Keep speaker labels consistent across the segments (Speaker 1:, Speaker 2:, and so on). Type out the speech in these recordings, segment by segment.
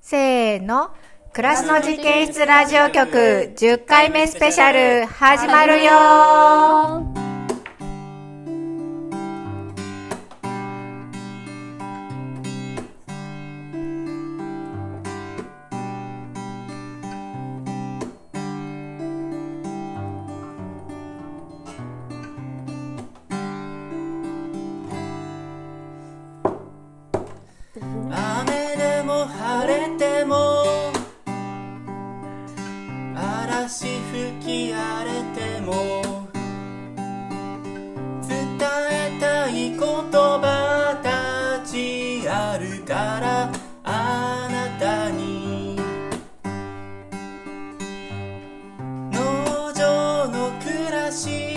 Speaker 1: せーの。暮らしの実験室ラジオ局10回目スペシャル始まるよ
Speaker 2: 雨でも晴れても嵐吹き荒れても伝えたい言葉たちあるからあなたに農場の暮らし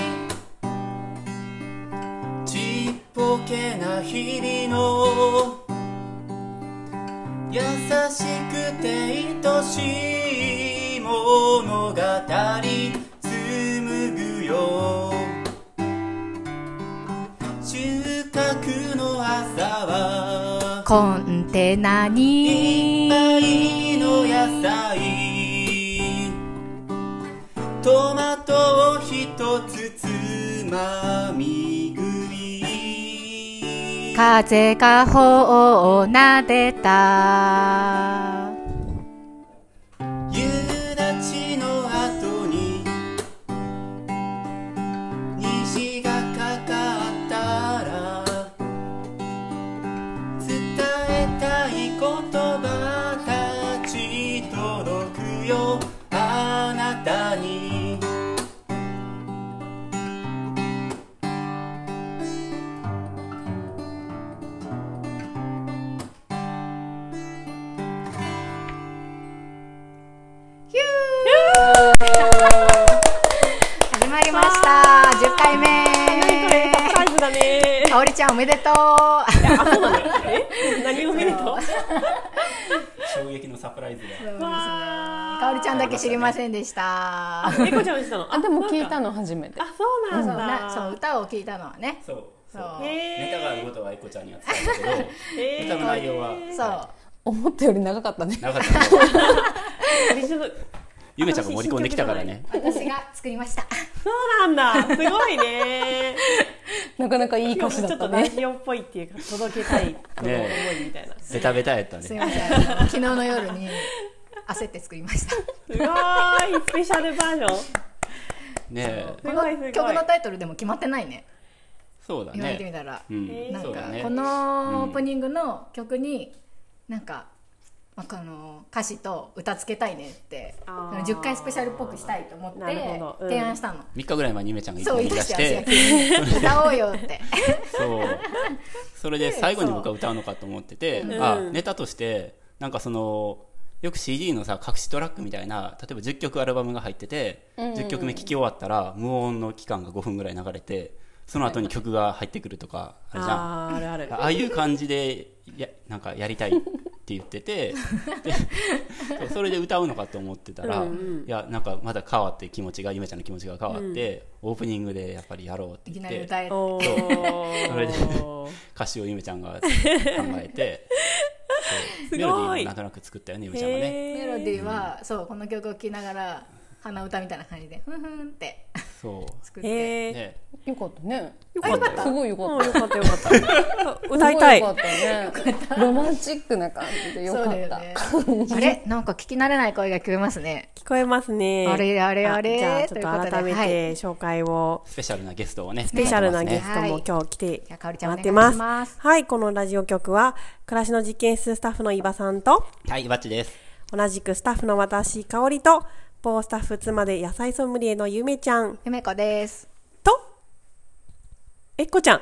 Speaker 2: ちっぽけな日々の優しくて愛しい物語紡ぐよ収穫の朝は
Speaker 1: コンテナ
Speaker 2: いっ
Speaker 1: に
Speaker 2: ぱいの野菜トマトを一つつまみ食い
Speaker 1: 風が頬を撫でた
Speaker 2: 夕立の後に虹がかかったら伝えたい言葉たち届くよあなたに
Speaker 1: 始まりました10回
Speaker 3: 何これ
Speaker 1: 目
Speaker 3: サイズだね
Speaker 1: かおりちゃんおめでとう
Speaker 3: あ、そうなのえ何おめでとうわ
Speaker 2: 衝撃のサプライズが
Speaker 1: かお
Speaker 3: ー
Speaker 1: りちゃんだけ知りませんでした
Speaker 3: 猫ちゃんはしたの
Speaker 4: あでも聞いた
Speaker 3: の
Speaker 4: の初めて
Speaker 3: あ、そう
Speaker 1: そう
Speaker 3: な
Speaker 1: なんそう
Speaker 3: だ
Speaker 1: 歌を聞いたのはね
Speaker 2: そうそう
Speaker 1: そう
Speaker 2: ネタがあることは愛子ちゃんには伝えたけど
Speaker 3: え
Speaker 2: 歌の内容は
Speaker 1: そう
Speaker 4: 思ったより長かったね
Speaker 2: なかったの
Speaker 3: ー一緒の
Speaker 2: ゆめちゃんが盛り込んできたからね
Speaker 1: 私が作りま した
Speaker 3: そうなんだすごいね
Speaker 4: なかなかいい
Speaker 3: ちょ
Speaker 4: 歌
Speaker 3: っ
Speaker 4: 詞だった
Speaker 3: と
Speaker 4: ね
Speaker 3: ラジオっぽいっていうか届けたいと思う思いみたいなす
Speaker 2: ベタベタやった
Speaker 1: すい
Speaker 2: ね
Speaker 1: ません昨日の夜に焦って作りま した
Speaker 3: ごーいスペシャルバージョンす
Speaker 2: ねえ
Speaker 3: ごいすごい
Speaker 1: 曲のタイトルでも決まってないね
Speaker 2: そうだ
Speaker 1: 言われてみ
Speaker 2: ね
Speaker 1: たら、
Speaker 2: うん
Speaker 3: えー
Speaker 1: なん
Speaker 2: そう
Speaker 1: か、
Speaker 2: だね
Speaker 1: このオープニングの曲に、なんか、まあ、この歌詞と歌つけたいねってそ
Speaker 3: あ
Speaker 1: の
Speaker 3: ー
Speaker 1: 10回スペシャルっぽくしたいと思っ
Speaker 3: なる
Speaker 1: て
Speaker 3: ほどうん
Speaker 1: 提案したの、
Speaker 2: 3日ぐらい前にゆめちゃんがいつ
Speaker 1: そう
Speaker 2: も
Speaker 1: 言
Speaker 2: 言
Speaker 1: い
Speaker 2: い
Speaker 1: 出
Speaker 2: 出
Speaker 1: して私
Speaker 2: し
Speaker 1: が急
Speaker 2: て
Speaker 1: に歌おうよ って
Speaker 2: そうそれで最後に僕は歌うのかと思ってて、
Speaker 3: ん
Speaker 2: あ
Speaker 3: うん
Speaker 2: ネタとしてなんかそのよく CD のさ隠しトラックみたいな例えば10曲アルバムが入ってて、10曲目聴き終わったら無音の期間が5分ぐらい流れてその後に曲が入ってくるとかあるじゃん、
Speaker 3: あーあるある
Speaker 2: ああいう感じでやなんかやりたいって言って てでそうそれで歌うのかと思ってたら、
Speaker 3: うんうん
Speaker 2: いやなんかまだ変わって気持ちがゆめちゃんの気持ちが変わって、オープニングでやっぱりやろうって
Speaker 1: いき
Speaker 2: 言っ
Speaker 1: な
Speaker 2: て
Speaker 1: り歌える
Speaker 3: おー
Speaker 2: それで歌詞をゆめちゃんが考えてそう
Speaker 3: すごい
Speaker 2: メロディーもなんとなく作ったよねゆめちゃんがね
Speaker 3: へー
Speaker 1: メロディーは、そうこの曲を聴きながら鼻歌みたいな感じでふんふんって
Speaker 2: そ
Speaker 1: 作って
Speaker 2: う
Speaker 3: へー
Speaker 2: ね
Speaker 4: よかったね
Speaker 2: あよかった
Speaker 4: すごいよか
Speaker 3: う
Speaker 4: っ
Speaker 3: んよかったよかった 歌いたい
Speaker 4: すごよかったねロマンチックな感じでよか
Speaker 1: そう
Speaker 4: っ
Speaker 1: だよ
Speaker 4: た、
Speaker 1: ねあれなんか聞き慣れない声が聞こえますね
Speaker 3: 聞こえますね。
Speaker 1: あれあれあれ
Speaker 3: じゃあちょっ
Speaker 1: ということで
Speaker 3: と改め
Speaker 1: はい
Speaker 3: て紹介を。
Speaker 2: スペシャルなゲストをねス
Speaker 3: スペシャルなゲ
Speaker 2: ト
Speaker 3: ストも今日来て
Speaker 1: じゃあかおりちゃん
Speaker 3: も
Speaker 1: お
Speaker 3: ら
Speaker 1: 願い
Speaker 3: って
Speaker 1: し
Speaker 3: ます。
Speaker 1: ます
Speaker 3: はい、このラジオ局は、暮らしの実験室スタッフの伊庭さんと、
Speaker 2: はいバッチです
Speaker 3: 同じくスタッフの私、香織と、某スタッフ妻で野菜ソムリエのゆめちゃん
Speaker 1: ゆめこです
Speaker 3: と、えっこちゃん。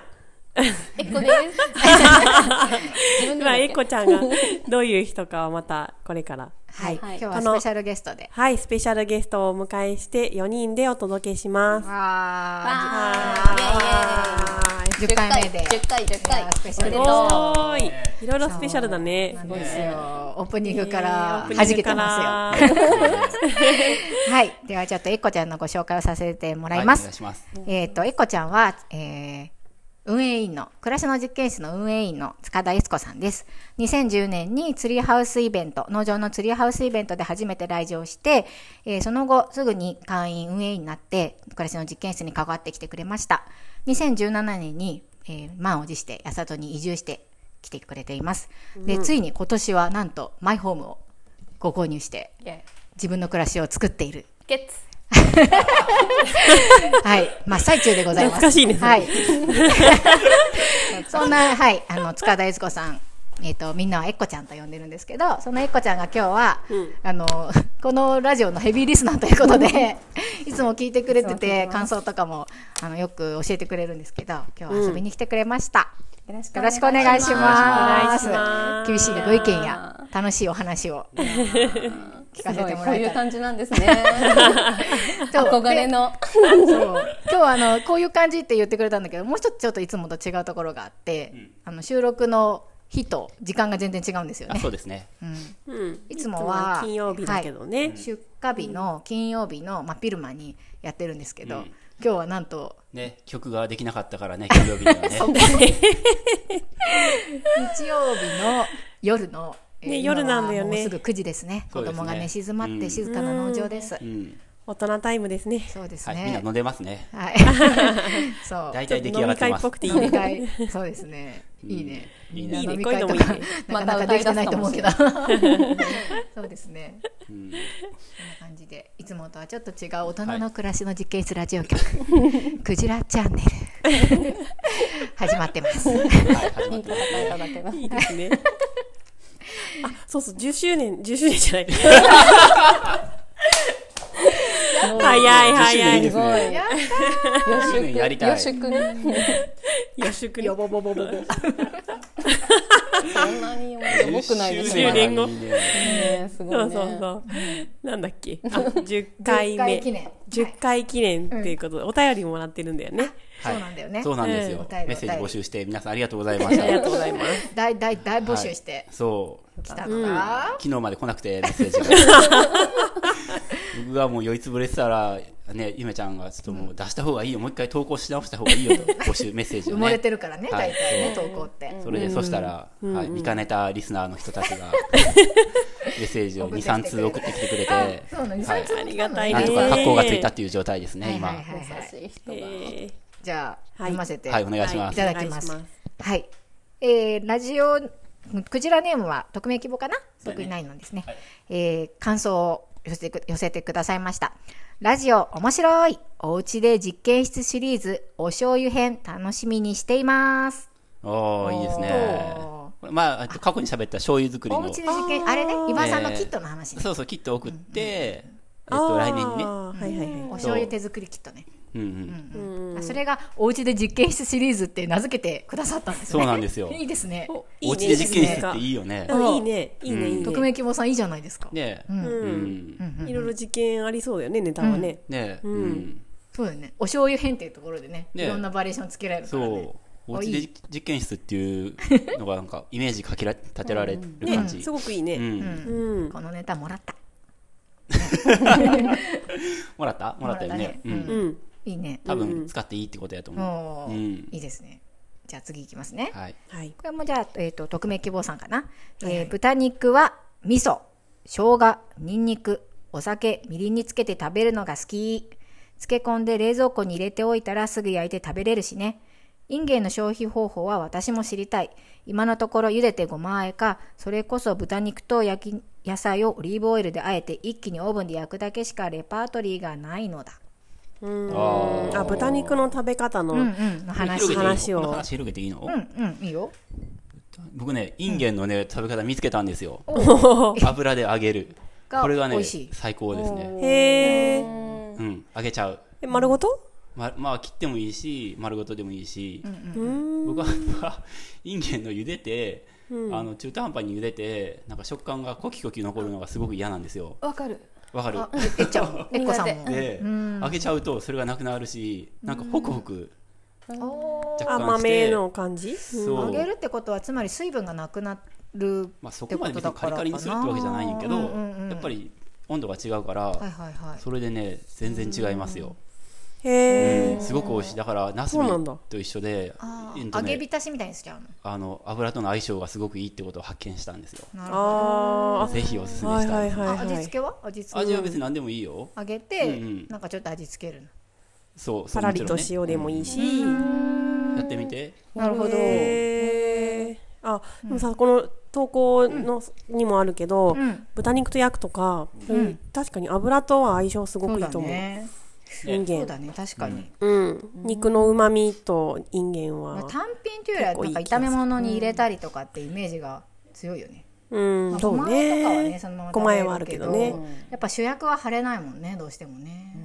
Speaker 4: えこ です自分で
Speaker 3: 今、
Speaker 4: だっけ
Speaker 3: えっこちゃんがどういう人かはまたこれから。
Speaker 1: はい、
Speaker 4: は
Speaker 1: 今
Speaker 4: い
Speaker 1: 日はスペシャルゲストで
Speaker 3: はい、スペシャルゲストをお迎えして4人でお届けします。
Speaker 1: わ
Speaker 4: あ
Speaker 1: ー10回目で
Speaker 4: 10回10
Speaker 1: い
Speaker 4: 回
Speaker 1: やースペシャ
Speaker 4: お
Speaker 1: ルで
Speaker 4: め
Speaker 3: すご
Speaker 4: ですとう
Speaker 3: ーい。いろいろスペシャルだね。
Speaker 1: なんですよオープニングか
Speaker 3: えーオー
Speaker 1: ら
Speaker 3: プニング
Speaker 1: 弾けてま
Speaker 3: から
Speaker 1: すよはいではちょっとえっこちゃんのご紹介をさせてもらい
Speaker 2: はいお
Speaker 1: ま
Speaker 2: 願い
Speaker 1: す、
Speaker 2: します
Speaker 1: えっ、とえっこちゃんは、えー運営員の、暮らしの実験室の運営員の塚田悦子さんです。2010年にツリーハウスイベント、農場のツリーハウスイベントで初めて来場して、えーその後すぐに会員運営員になって、暮らしの実験室に関わってきてくれました。2017年に、えー満を持して八里に移住してきてくれています。で、ついに今年はなんとマイホームをご購入して、
Speaker 4: イェイ
Speaker 1: 自分の暮らしを作っている。
Speaker 4: ゲッツ
Speaker 1: はい。真っ最中でございます。
Speaker 3: 懐かしいねそれ
Speaker 1: はい。 そんな、はい、あの、塚田悦子さん。えっとみんなはえっこちゃんと呼んでるんですけどそのえっこちゃんが今日は、あのこのラジオのヘビーリスナーということ でいつも聞いてくれてて感想とかもあのよく教えてくれるんですけど今日は遊びに来てくれました、
Speaker 4: よろし
Speaker 1: よろしくお願いします
Speaker 3: お願いします
Speaker 1: 厳しいねご意見や楽しいお話を聞かせ
Speaker 4: すご
Speaker 1: て
Speaker 4: い
Speaker 1: も
Speaker 4: こう
Speaker 1: らい
Speaker 4: い
Speaker 1: たい
Speaker 4: う感じなんですね
Speaker 1: そう
Speaker 4: 憧れの
Speaker 1: そう今日はあのこういう感じって言ってくれたんだけどもう一つちょっといつもと違うところがあって、あの収録の日と時間が全然違うんですよ
Speaker 2: あ
Speaker 1: ね
Speaker 2: そ、うですね
Speaker 1: うん、
Speaker 3: うん、
Speaker 1: いつもは
Speaker 3: 金曜日だけどね、
Speaker 1: 出荷日の金曜日の、まあ、昼間にやってるんですけど、
Speaker 2: うん
Speaker 1: 今日はなんと
Speaker 2: ね曲ができなかったからね金曜日にはね
Speaker 1: 日曜日の夜の、え
Speaker 3: ね
Speaker 1: 今は
Speaker 3: 夜なんだよね
Speaker 1: もうすぐ9時ですね
Speaker 2: そう
Speaker 1: 子
Speaker 2: ですね
Speaker 1: 供が寝静まっ
Speaker 2: う
Speaker 1: て
Speaker 2: ん
Speaker 1: 静かな農場です、
Speaker 2: うん
Speaker 3: 大人タイムですね
Speaker 1: そうです
Speaker 2: はい、みんな
Speaker 1: ね
Speaker 2: 飲んでますね
Speaker 1: はい、そう
Speaker 2: 大
Speaker 3: ちょ
Speaker 2: 体
Speaker 3: っと
Speaker 2: 出来上
Speaker 3: 飲
Speaker 2: が
Speaker 3: み
Speaker 2: って
Speaker 3: 会っ
Speaker 2: ます
Speaker 3: ぽくていい
Speaker 1: 飲み
Speaker 3: ね
Speaker 1: 会そうですねいいね、
Speaker 2: うんいいね
Speaker 1: みんな飲み
Speaker 3: いいね
Speaker 1: 会とか
Speaker 3: こういうのもいいね
Speaker 1: なかなかできてないと思うけどそうですねこ
Speaker 2: うん
Speaker 1: んな感じでいつもとはちょっと違う大人の暮らしの実験室ラジオ局、クジラチャンネル始まってます
Speaker 2: はい始ま
Speaker 4: い
Speaker 2: っ
Speaker 4: い
Speaker 2: て
Speaker 4: 戦
Speaker 2: ます
Speaker 4: い方だけど
Speaker 3: いいですねあそうそう10周年10周年じゃない早い早い
Speaker 2: 10周年ですね
Speaker 1: や
Speaker 2: 10年やりたい
Speaker 4: 予祝に
Speaker 3: 予祝に
Speaker 1: よぼぼぼぼぼ
Speaker 4: そんなにもう僕ないです
Speaker 3: 10
Speaker 4: ね
Speaker 3: 年後
Speaker 2: いいね
Speaker 4: ねすごい
Speaker 3: そ
Speaker 4: ね
Speaker 3: うそうそう、なんだっけあ10回目
Speaker 1: 10回記念
Speaker 3: 10回記念っていうことで、お便りもらってるんだよね
Speaker 2: はい
Speaker 1: そうなんだよね
Speaker 2: そうなんですよ、
Speaker 1: うんお便り
Speaker 2: メッセージ募集して皆さんありがとうございました
Speaker 3: ありがとうございます
Speaker 1: 大大大募集して
Speaker 2: そう
Speaker 1: きたのが、
Speaker 2: 昨日まで来な くてメッセージが僕がもう酔いつぶれてたらねゆめちゃんがちょっともう出した方がいいよもう一回投稿し直した方がいいよと募集メッセージ
Speaker 1: 埋
Speaker 2: をね
Speaker 1: もれてるからね、
Speaker 2: はい
Speaker 1: 大体ね
Speaker 2: そ
Speaker 1: 投
Speaker 2: う
Speaker 1: 稿って、
Speaker 2: それでそしたら、はい、見かねたリスナーの人たち がメッセージを
Speaker 1: 送ってきてくれ
Speaker 2: 23
Speaker 1: て
Speaker 2: 通送ってきてくれて
Speaker 1: あそうなの
Speaker 2: は
Speaker 1: 23通
Speaker 3: ありがた
Speaker 2: い、
Speaker 3: い
Speaker 2: な
Speaker 3: ね
Speaker 2: んとか発行がついたっていう状態ですね、
Speaker 1: はい
Speaker 2: 今
Speaker 1: はいはいはい
Speaker 4: 優しい人だ
Speaker 3: えー
Speaker 1: じゃあ、
Speaker 3: はい
Speaker 1: 読ませて、
Speaker 2: はいお願いし
Speaker 1: い
Speaker 2: ます、
Speaker 1: ただきます
Speaker 3: お願いし
Speaker 1: はい。えーラジオ、クジラネームは匿名希望かな、
Speaker 2: そうね
Speaker 1: 特にないのですね。えー感想を寄せてく寄せてくださいました。ラジオ面白いお家で実験室シリーズお醤油編楽しみにしています。
Speaker 2: おーいいです
Speaker 1: お
Speaker 2: ね
Speaker 1: ー
Speaker 2: これまあ過去に喋った醤油作り
Speaker 1: お
Speaker 2: の
Speaker 1: 家で実験、あれね、今井さんの
Speaker 2: えー
Speaker 1: キットの話ね。
Speaker 2: そうそうキット送って、
Speaker 3: あ
Speaker 2: えっ
Speaker 3: ー
Speaker 2: と来年にね
Speaker 3: はいはいはい
Speaker 1: お醤油手作りキットね。
Speaker 2: うんうん
Speaker 1: うんあそれがお家で実験室シリーズって名付けてくださったんですね。
Speaker 2: そうなんですよ
Speaker 1: いいですね。
Speaker 3: お
Speaker 2: お家で実験室っていいよね。
Speaker 3: うんいいねいいねいいね
Speaker 1: 匿名希望さんいいじゃないですか。
Speaker 2: ね
Speaker 1: うん
Speaker 2: う
Speaker 3: う
Speaker 2: ん。
Speaker 3: んいろいろ実験ありそうだよねネタはね、
Speaker 2: ねうん。
Speaker 1: そうだよね。お醤油編っていうところでね、
Speaker 2: ね
Speaker 1: いろんなバリエーションつけられるからね。
Speaker 2: そう。お家で実験室っていうのがなんかイメージかけら立てられる
Speaker 3: ね
Speaker 2: 感じ
Speaker 3: す。ごくいいね、
Speaker 2: うん。
Speaker 3: うん
Speaker 1: このネタもらった。
Speaker 2: もらったもらったよね。う
Speaker 1: もらったね
Speaker 2: ん。
Speaker 3: うん
Speaker 1: いいね。
Speaker 2: 多分使っていいってことやと思う。
Speaker 1: もう、
Speaker 2: うん
Speaker 1: いいですね。じゃあ次いきますね。
Speaker 2: はい。
Speaker 3: はい
Speaker 1: これもじゃあ、えっ、と、匿名希望さんかな。えー豚肉は味噌、生姜、ニンニク、お酒、みりんにつけて食べるのが好き。漬け込んで冷蔵庫に入れておいたらすぐ焼いて食べれるしね。インゲンの消費方法は私も知りたい。今のところ茹でてごま和えか、それこそ豚肉と焼き野菜をオリーブオイルで和えて一気にオーブンで焼くだけしかレパートリーがないのだ。
Speaker 2: あ
Speaker 3: あ豚肉の食べ方の、
Speaker 1: うんうん、の話。
Speaker 2: 広げていいの
Speaker 3: 話を
Speaker 2: この話広げていいの
Speaker 1: うんうん、いいよ。
Speaker 2: 僕ね、インゲンのね、食べ方見つけたんですよ。
Speaker 3: お
Speaker 2: 油で揚げる。
Speaker 1: が
Speaker 2: これが
Speaker 1: 美
Speaker 2: ね、
Speaker 1: 味しい
Speaker 2: 最高ですね。
Speaker 3: ーへー
Speaker 2: うん。揚げちゃう。
Speaker 3: え丸ごと
Speaker 2: ままあ切ってもいいし丸ごとでもいいし、僕はまあインゲンの茹でて、あの中途半端に茹でてなんか食感がコキコキ残るのがすごく嫌なんですよ
Speaker 4: わかる
Speaker 2: わかる
Speaker 1: えっちゃんも、えっこさんも。
Speaker 2: で、揚げちゃうとそれがなくなるしなんかホクホク若干
Speaker 3: 甘
Speaker 2: し
Speaker 3: め
Speaker 2: て
Speaker 3: の感じ
Speaker 2: そ
Speaker 1: 揚
Speaker 2: う
Speaker 1: げるってことはつまり水分がなくなる
Speaker 2: まあ、そ
Speaker 1: って
Speaker 2: こ
Speaker 1: こ
Speaker 2: ま
Speaker 1: と
Speaker 2: で別
Speaker 1: だ
Speaker 2: に
Speaker 1: か
Speaker 2: カ
Speaker 1: ら
Speaker 2: リ
Speaker 1: か
Speaker 2: カ
Speaker 1: な
Speaker 2: リにするってわけじゃないんやけど、
Speaker 1: うんうんうん
Speaker 2: やっぱり温度が違うから、
Speaker 1: はいはいはい
Speaker 2: それでね全然違いますよ、
Speaker 3: へえ。
Speaker 2: すごく美味しいだからナス
Speaker 3: そうなんだ
Speaker 2: と一緒で
Speaker 1: あ
Speaker 2: えっ
Speaker 1: ー
Speaker 2: と
Speaker 1: 揚
Speaker 2: ね
Speaker 1: げ浸しみたいにしちゃうの
Speaker 2: あの油との相性がすごくいいってことを発見したんですよ
Speaker 1: なるほ
Speaker 3: あ
Speaker 2: ぜひおすす
Speaker 3: あ。
Speaker 2: め
Speaker 3: はい
Speaker 2: した
Speaker 3: はいいはい
Speaker 1: どあ
Speaker 3: は
Speaker 1: 味
Speaker 3: い
Speaker 1: 付。けは味付け
Speaker 2: 味は別に何でもいいよ
Speaker 1: 揚げて、
Speaker 2: うんうん
Speaker 1: なんかちょっと味付けるの
Speaker 2: そうそ
Speaker 3: パ
Speaker 2: う
Speaker 3: ラリと
Speaker 2: もちろ
Speaker 3: 塩
Speaker 2: んね
Speaker 3: でもいいし。
Speaker 2: うんやってみて
Speaker 1: なるほど
Speaker 3: へーあ、でもさ、この投稿のにもあるけど、
Speaker 1: ん
Speaker 3: 豚肉と焼くとか、確かに油とは相性すご
Speaker 1: そ
Speaker 3: く
Speaker 1: う
Speaker 3: いい
Speaker 1: だ
Speaker 3: と思う。
Speaker 1: ね
Speaker 3: インゲ
Speaker 1: そう
Speaker 3: ン。
Speaker 1: だね確かに、
Speaker 3: うん。肉の旨味とインゲン
Speaker 1: まあ
Speaker 3: は。
Speaker 1: 単品というよりはなんか炒め物に入れたりとかってイメージが強いよね、
Speaker 3: うん、
Speaker 1: ご
Speaker 3: そう
Speaker 1: まえとかは
Speaker 3: ね
Speaker 1: ねそのまま。
Speaker 3: ごまえはあるけどね。
Speaker 1: やっぱ主役は張れないもんねどうしてもね、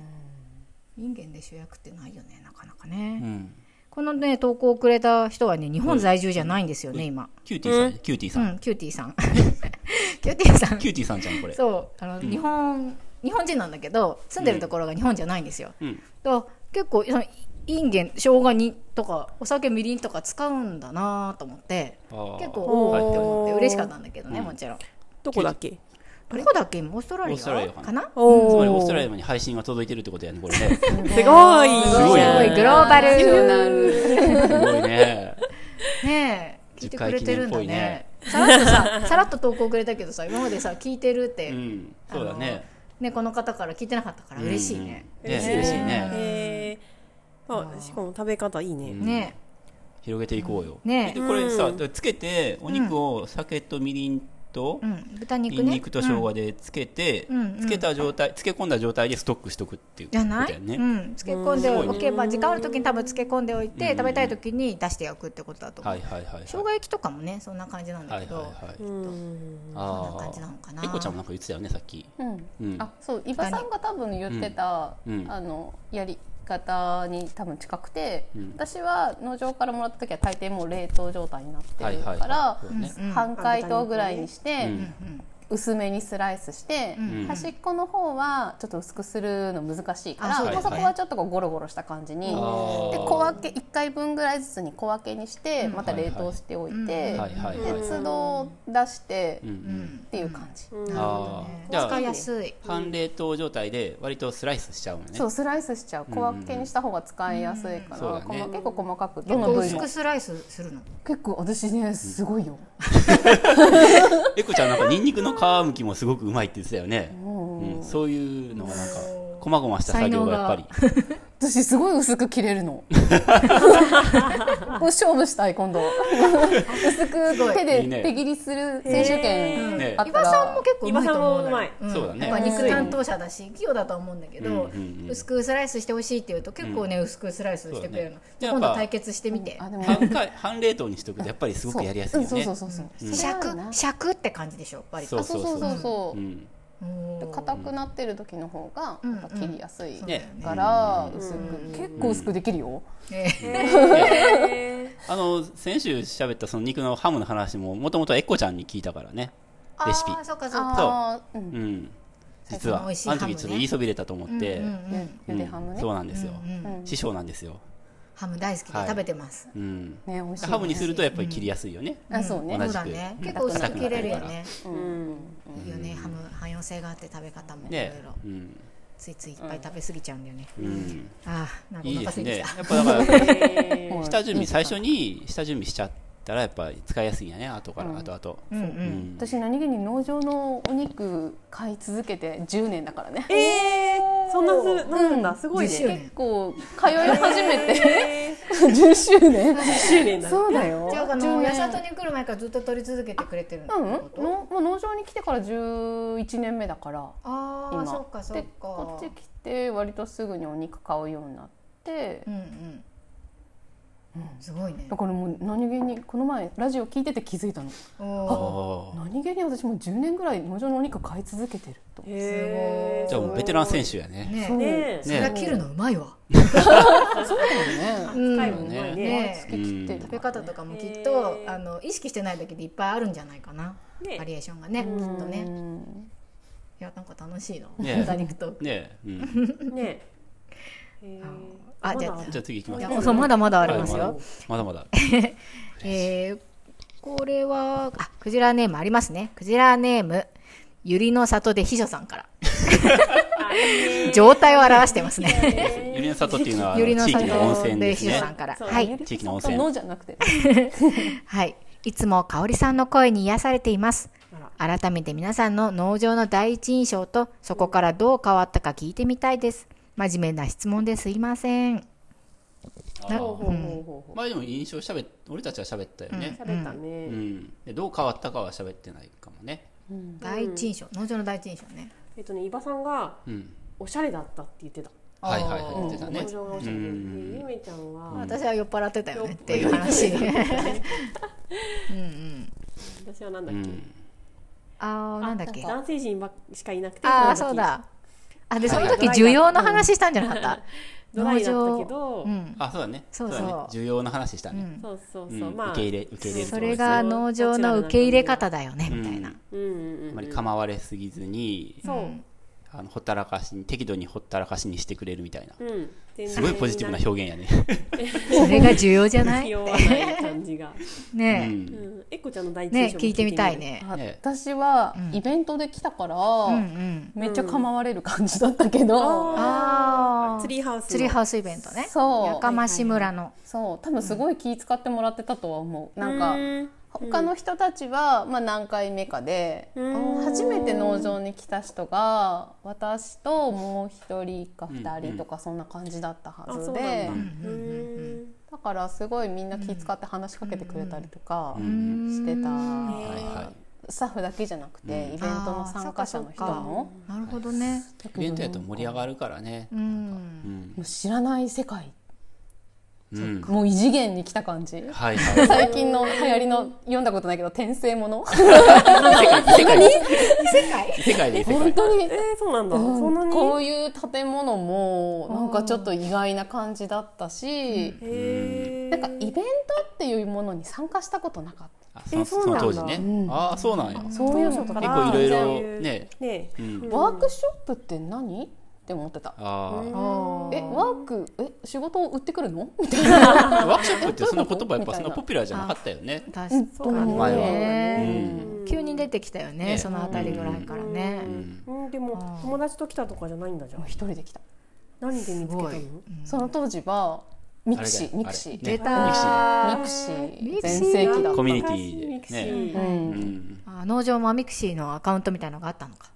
Speaker 1: 人間で主役ってないよねなかなかね、
Speaker 2: うん
Speaker 1: このね投稿をくれた人はね日本在住じゃないんですよね、今
Speaker 2: キューティーさんねキューティーさ
Speaker 1: うんんキューティーさん キューティーさん
Speaker 2: キューティーさんじゃんこれ
Speaker 1: そうあの、日本日本人なんだけど住んでるところが日本じゃないんですよ、
Speaker 2: うん
Speaker 1: だから結構そのインゲン生姜にとかお酒みりんとか使うんだなと思って
Speaker 2: あー
Speaker 1: 結構お
Speaker 2: はい
Speaker 1: ーって
Speaker 2: はい
Speaker 1: 思っ
Speaker 3: お
Speaker 1: て
Speaker 3: ー
Speaker 1: 嬉しかったんだけどね、もちろん
Speaker 3: どこだっけ
Speaker 1: どこだっけオーストラリ
Speaker 2: オーストラリア
Speaker 1: ア
Speaker 2: かな
Speaker 1: かな
Speaker 3: おー
Speaker 2: つまりオーストラリアに配信が届いてるってことやねこれねす
Speaker 3: す
Speaker 2: す
Speaker 3: ごい
Speaker 2: ごいね
Speaker 1: グローバル
Speaker 2: ごいね
Speaker 1: ねえ聞いてくれてるんだね
Speaker 2: 10
Speaker 1: さらっとささらっと投稿くれたけどさ今までさ聞いてるって、
Speaker 2: うんそうだね
Speaker 1: ねこの方から聞いてなかったから嬉しいね、
Speaker 2: うんうんね嬉しいね
Speaker 3: へーあ、しかも食べ方いいね。
Speaker 1: ねえ
Speaker 2: 広げていこうよ
Speaker 1: ね
Speaker 2: でこれさつけてお肉を酒とみりんと
Speaker 1: うん、豚肉
Speaker 2: ニ
Speaker 1: ね
Speaker 2: ンニクと生姜でつけて
Speaker 1: うんうん
Speaker 2: つけた状態漬け込んだ状態でストックしとくっていう
Speaker 1: じ
Speaker 2: こと
Speaker 1: ゃな
Speaker 2: だ
Speaker 1: い、
Speaker 2: よ
Speaker 1: う
Speaker 2: ね
Speaker 1: ん、漬け込んでおけば、時間ある時に多分漬け込んでおいて、
Speaker 2: うん
Speaker 1: 食べたい時に出して焼くってことだと思う、
Speaker 2: はいはいはいはい
Speaker 1: 生姜焼きとかもねそんな感じなんだ
Speaker 2: は
Speaker 1: け
Speaker 2: い
Speaker 1: ど、
Speaker 2: はいはい
Speaker 3: うん。
Speaker 1: そんな
Speaker 2: あ
Speaker 1: 感じなのかな
Speaker 2: あえこちゃんもなんか言ってたよねさっき
Speaker 4: うん
Speaker 2: うん
Speaker 4: あそう伊庭さんが多分言ってた、
Speaker 2: うんうん
Speaker 4: あのやり方に多分近くて、
Speaker 2: ん
Speaker 4: 私は農場からもらった時は大抵もう冷凍状態になって
Speaker 2: はい
Speaker 4: る
Speaker 2: は
Speaker 4: か
Speaker 2: い
Speaker 4: ら、
Speaker 2: はいそうね
Speaker 1: うん
Speaker 4: 半解凍ぐらいにして、
Speaker 2: うん
Speaker 4: 薄めにスライスして、
Speaker 2: ん
Speaker 4: 端っこの方はちょっと薄くするの難しいか
Speaker 1: あ
Speaker 4: ら、
Speaker 1: そう
Speaker 2: ですね
Speaker 4: そこはちょっとこうゴロゴロした感じに、
Speaker 2: あー
Speaker 4: で小分け1回分ぐらいずつに小分けにしてまた冷凍しておいて、
Speaker 2: はいはいはい
Speaker 4: で都度出して
Speaker 2: うんう
Speaker 1: うん
Speaker 2: ん
Speaker 4: っていう感じ、
Speaker 2: あーじゃ
Speaker 1: 使い
Speaker 2: あ
Speaker 1: やすい
Speaker 2: 半冷凍状態で割とスライスしちゃうのね
Speaker 4: そうスライスしちゃう小分けにした方が使いやすいから、
Speaker 2: うんうんそうだね
Speaker 4: 細結構細かくど
Speaker 1: 結
Speaker 4: の
Speaker 1: 構
Speaker 4: 部位
Speaker 1: 薄
Speaker 4: も
Speaker 1: くスライスするの
Speaker 4: 結構私ねすごいよ、
Speaker 2: えこちゃんなんかニンニクの皮むきもすごくうまいって言ってたよね、うん、そういうのがなんかこまごました作業がやっぱり
Speaker 4: 私すごい薄く切れる のもう勝負したい今度薄く手
Speaker 2: いいね
Speaker 4: で手切りする選手権
Speaker 2: ね
Speaker 4: あっ
Speaker 1: 伊庭
Speaker 4: たら、
Speaker 1: さんも結構うまいと思うのよ
Speaker 3: 伊庭さんもうまい
Speaker 1: ん
Speaker 2: そうだね
Speaker 1: やっぱ肉担当者だし器用だと思うんだけど、
Speaker 2: うんうんうん
Speaker 1: 薄くスライスしてほしいって言うと結構ね、薄くスライスしてくれるの、
Speaker 2: そうだね
Speaker 1: じゃあ今度対決してみて
Speaker 4: あでも
Speaker 2: 半解半冷凍にしとくとやっぱりすごくやりやすいよ
Speaker 4: そうう
Speaker 2: ね
Speaker 4: んそうそうそうそう
Speaker 1: シャ
Speaker 4: それあるな
Speaker 1: クシャクって感じでしょ割と
Speaker 4: あそうそうそうそう
Speaker 2: う、ん、
Speaker 1: うん
Speaker 4: で硬くなってる時の方がやっぱ切りやすい
Speaker 2: んね
Speaker 4: から薄く、結構薄くできるよ、
Speaker 1: ええ
Speaker 2: あの先週喋ったその肉のハムの話ももともとエコちゃんに聞いたからねレシピ
Speaker 1: あーそうかそうか
Speaker 4: ああーうん
Speaker 2: うん実は、
Speaker 1: 美味しい
Speaker 2: あの
Speaker 1: ハム
Speaker 2: 時
Speaker 1: ね
Speaker 2: ちょっと言いそびれたと思って、
Speaker 1: うんうんうん
Speaker 4: ゆでハムね、
Speaker 2: そうなんですよ、
Speaker 4: うん
Speaker 2: 師匠なんですよ、
Speaker 1: ハム大好きで
Speaker 2: はい
Speaker 1: 食べてます、
Speaker 2: うん
Speaker 4: ね美味しいよね
Speaker 2: ハムにするとやっぱり切りやすいよね、
Speaker 4: あそうね
Speaker 2: 同
Speaker 1: そう
Speaker 2: じ
Speaker 1: だ
Speaker 2: く
Speaker 1: ね
Speaker 2: うん
Speaker 1: 結構薄く切れるよ
Speaker 2: 硬くなって
Speaker 1: ね
Speaker 4: うん
Speaker 1: いいよねハム汎用性があって食べ方もいろい
Speaker 2: ね
Speaker 1: ろ
Speaker 2: うん
Speaker 1: ついついいっぱい食べ過ぎちゃうんだよね
Speaker 2: うん
Speaker 1: ああなんかお
Speaker 2: いい
Speaker 1: 腹
Speaker 2: ですす
Speaker 1: いて
Speaker 2: ね
Speaker 1: きた
Speaker 2: やっぱだから
Speaker 4: うん
Speaker 2: 下準備最初に下準備しちゃったらやっぱり使いやすいんやね後から、後々
Speaker 1: うんう
Speaker 2: うんん
Speaker 4: 私何気に農場のお肉買い続けて10年だからね
Speaker 3: えー、そんなす、なんだ、すごい
Speaker 1: 10周
Speaker 3: ね。
Speaker 1: 年
Speaker 4: 結構通い始め て
Speaker 3: え
Speaker 4: 10周年
Speaker 3: 周年だね。
Speaker 4: そうだよ
Speaker 1: じゃああ
Speaker 4: 10
Speaker 1: の
Speaker 4: 年
Speaker 1: 八里に来る前からずっと取り続けてくれてるの
Speaker 4: うん
Speaker 1: ってこと
Speaker 4: のもう農場に来てから11年目だから
Speaker 1: あ
Speaker 4: 今
Speaker 1: あそっかそっ
Speaker 4: で
Speaker 1: か
Speaker 4: こっち来て割とすぐにお肉買うようになって
Speaker 1: うんうんすごいね
Speaker 4: だからもう何気にこの前ラジオ聞いてて気づいたの
Speaker 1: お
Speaker 2: あ
Speaker 1: お
Speaker 2: ー
Speaker 4: 何気に私もう10年ぐらい農場のお肉買い続けてると
Speaker 3: へー
Speaker 2: じゃあもうベテラン選手やね
Speaker 1: ね
Speaker 4: そう
Speaker 3: ね
Speaker 1: それは切るのうまいわ
Speaker 4: そうだよね
Speaker 1: うん
Speaker 3: 深いもんね。
Speaker 1: ね
Speaker 4: 好き切ってる
Speaker 1: 食べ方とかもきっ
Speaker 3: へ
Speaker 1: と
Speaker 3: ー
Speaker 1: あの意識してないだけでいっぱいあるんじゃないかな
Speaker 3: ね
Speaker 1: バリエーションがねきっと
Speaker 4: う
Speaker 1: ね
Speaker 4: ん
Speaker 1: いやなんか楽しいの
Speaker 2: ね
Speaker 1: 豚肉と
Speaker 2: ねえ、 うん、
Speaker 3: ねえ
Speaker 1: あじゃあ
Speaker 2: じゃあ次行きま
Speaker 1: い
Speaker 2: す
Speaker 1: やそうまだまだあ
Speaker 2: あ
Speaker 1: りますよ。
Speaker 2: まだまだ
Speaker 1: えーこれは、あ、ク ジラネームありますね。クジラネーム、ゆりの里で秘書さんから。
Speaker 3: あ
Speaker 1: 状態を表してますね。
Speaker 2: ゆりの里っていうのはあ
Speaker 1: ゆり
Speaker 2: の
Speaker 1: の
Speaker 2: 地
Speaker 1: 里
Speaker 2: 域の温泉
Speaker 1: で
Speaker 2: で
Speaker 1: ひ
Speaker 2: す
Speaker 1: じ
Speaker 2: ね
Speaker 1: さんから。
Speaker 4: そう
Speaker 1: はい
Speaker 4: ゆ。り
Speaker 2: 地域の温泉
Speaker 4: さんのじゃなくて。
Speaker 1: はい。いつも香織さんの声に癒されています。改めて皆さんの農場の第一印象と、そこからどう変わったか聞いてみたいです。真面目な質問ですいません。な
Speaker 4: ほうほうほうほうほ
Speaker 2: 前でも印象しゃべ俺たちは喋ったよね
Speaker 3: 食、べた
Speaker 2: うん
Speaker 3: ね。
Speaker 2: でどう変わったかは喋ってないかもね
Speaker 1: 第一印象、農場の第一印象ね。
Speaker 3: えっとね、伊庭さんが
Speaker 2: うん
Speaker 3: おしゃれだったって言ってた。
Speaker 2: はいはい
Speaker 1: あ
Speaker 2: はい
Speaker 1: ー
Speaker 2: 言ってたね
Speaker 3: 農場がおしゃれで、でゆめちゃん
Speaker 1: う。
Speaker 3: は
Speaker 1: 私は酔っ払ってたよねっていう話。うんうん。
Speaker 3: 私はなんだ
Speaker 2: う
Speaker 3: っけ。
Speaker 2: ん
Speaker 1: ああ、なんだっけ。
Speaker 3: 男性陣ばっしかいなくて。
Speaker 1: ああ、
Speaker 3: その
Speaker 1: そう
Speaker 3: 時。
Speaker 1: だ。あ、で、その
Speaker 2: はい
Speaker 1: 時需要の話したんじゃなかった。
Speaker 3: ドライだったけど、
Speaker 1: うん。
Speaker 2: あそうだね
Speaker 1: そうそう
Speaker 2: だね重要な話したね、
Speaker 3: そうそう
Speaker 2: うん
Speaker 3: そう、まあ、
Speaker 2: 受け入れ受け入れる
Speaker 1: そ
Speaker 2: ところで
Speaker 1: れ
Speaker 2: すね
Speaker 1: が農場の受け入れ方だよね、みたいな。
Speaker 3: うんうんうん
Speaker 2: あまり構われすぎずに
Speaker 3: そう、
Speaker 2: あのほったらかしに適度にほったらかしにしてくれるみたいな
Speaker 3: うん、全然
Speaker 2: すごいポジティブな表現やね
Speaker 1: それが重要じゃな
Speaker 3: 気
Speaker 1: い
Speaker 3: 弱ない感じが、
Speaker 2: う
Speaker 1: ね
Speaker 3: うんん、えっこちゃんの第
Speaker 1: え。
Speaker 3: 一
Speaker 1: ねえ
Speaker 3: 印象も
Speaker 1: 聞いてみたい
Speaker 3: 聞
Speaker 1: ね。
Speaker 4: う
Speaker 2: ね
Speaker 4: 私はイベントで来たから、
Speaker 1: うんうん。
Speaker 4: めっちゃ構われる感じだったけど、
Speaker 1: あ
Speaker 3: ツ
Speaker 1: あ。
Speaker 3: リーハウスの
Speaker 1: ツリーハウスイベントね。
Speaker 4: そう
Speaker 1: やかまし村の。
Speaker 4: そう多分すごい気使ってもらってたとは思う、なん
Speaker 3: う
Speaker 4: か
Speaker 3: ん
Speaker 4: 他の人たちは、まあ、何回目かで、
Speaker 3: うん
Speaker 4: 初めて農場に来た人が私ともう一人か二人とかそんな感じだったは
Speaker 3: あそ
Speaker 4: ず
Speaker 3: うなんだ
Speaker 4: で、
Speaker 3: うん
Speaker 4: だからすごいみんな気使って話しかけてくれたりとか
Speaker 2: うん
Speaker 4: してた、
Speaker 2: はいは
Speaker 4: スタッフだけじゃなくて、イベントの参加者の人
Speaker 1: あーそ
Speaker 4: も
Speaker 1: っかそっかなるほどね。
Speaker 2: いイベントやと盛り上がるからね
Speaker 1: う、ん。
Speaker 2: うん
Speaker 4: もう知らない世界
Speaker 2: うん、
Speaker 4: もう異次元に来た感じ
Speaker 2: はいはい
Speaker 4: 最近の流行りの読んだことないけど転生もの
Speaker 2: 世界異世界で異世界
Speaker 4: 本当に
Speaker 3: えー、そうなんだ、そんなに
Speaker 4: こういう建物もなんかちょっと意外な感じだったし、
Speaker 3: へ
Speaker 4: なんかイベントっていうものに参加したことなかっ
Speaker 2: あその
Speaker 3: えそう
Speaker 2: そ
Speaker 3: なん
Speaker 2: の当
Speaker 3: だ
Speaker 2: 時ね、ああそうなんや
Speaker 4: た
Speaker 2: 結
Speaker 4: そういうのとか
Speaker 3: 結
Speaker 2: 構いろいろ
Speaker 3: あー
Speaker 2: ね
Speaker 3: ーね
Speaker 2: う
Speaker 3: え、
Speaker 2: ん
Speaker 4: ワークショップって何って思ってた
Speaker 2: あ
Speaker 1: おお
Speaker 4: えワークえ仕事を売ってくるのみたい
Speaker 2: あワークショップってそんな言葉やっぱそんなポピュラーじゃなかったよね
Speaker 1: 確かに
Speaker 2: 前は
Speaker 1: ね。
Speaker 2: うん
Speaker 1: 急に出てきたよね、
Speaker 2: ね
Speaker 1: そのあたりぐらいからね。
Speaker 3: うん、でも友達と来たとかじゃないんだじゃん
Speaker 4: な一人で来た
Speaker 3: 何で見つけたの
Speaker 1: すごい
Speaker 4: その当時はミ
Speaker 2: あれ
Speaker 4: ク
Speaker 2: だ
Speaker 4: シ
Speaker 2: よ
Speaker 4: ーミクシー
Speaker 2: あれ
Speaker 1: 出
Speaker 2: ね
Speaker 1: た
Speaker 2: ミクシー
Speaker 4: ミクシ
Speaker 1: ミ
Speaker 4: ー
Speaker 1: クシー
Speaker 4: 全盛期だった
Speaker 2: コミュニティ
Speaker 3: ミクシ
Speaker 2: ね
Speaker 3: ー
Speaker 4: うん
Speaker 2: うん
Speaker 1: あ農場マミクシーのアカウントみたいのがあったのか。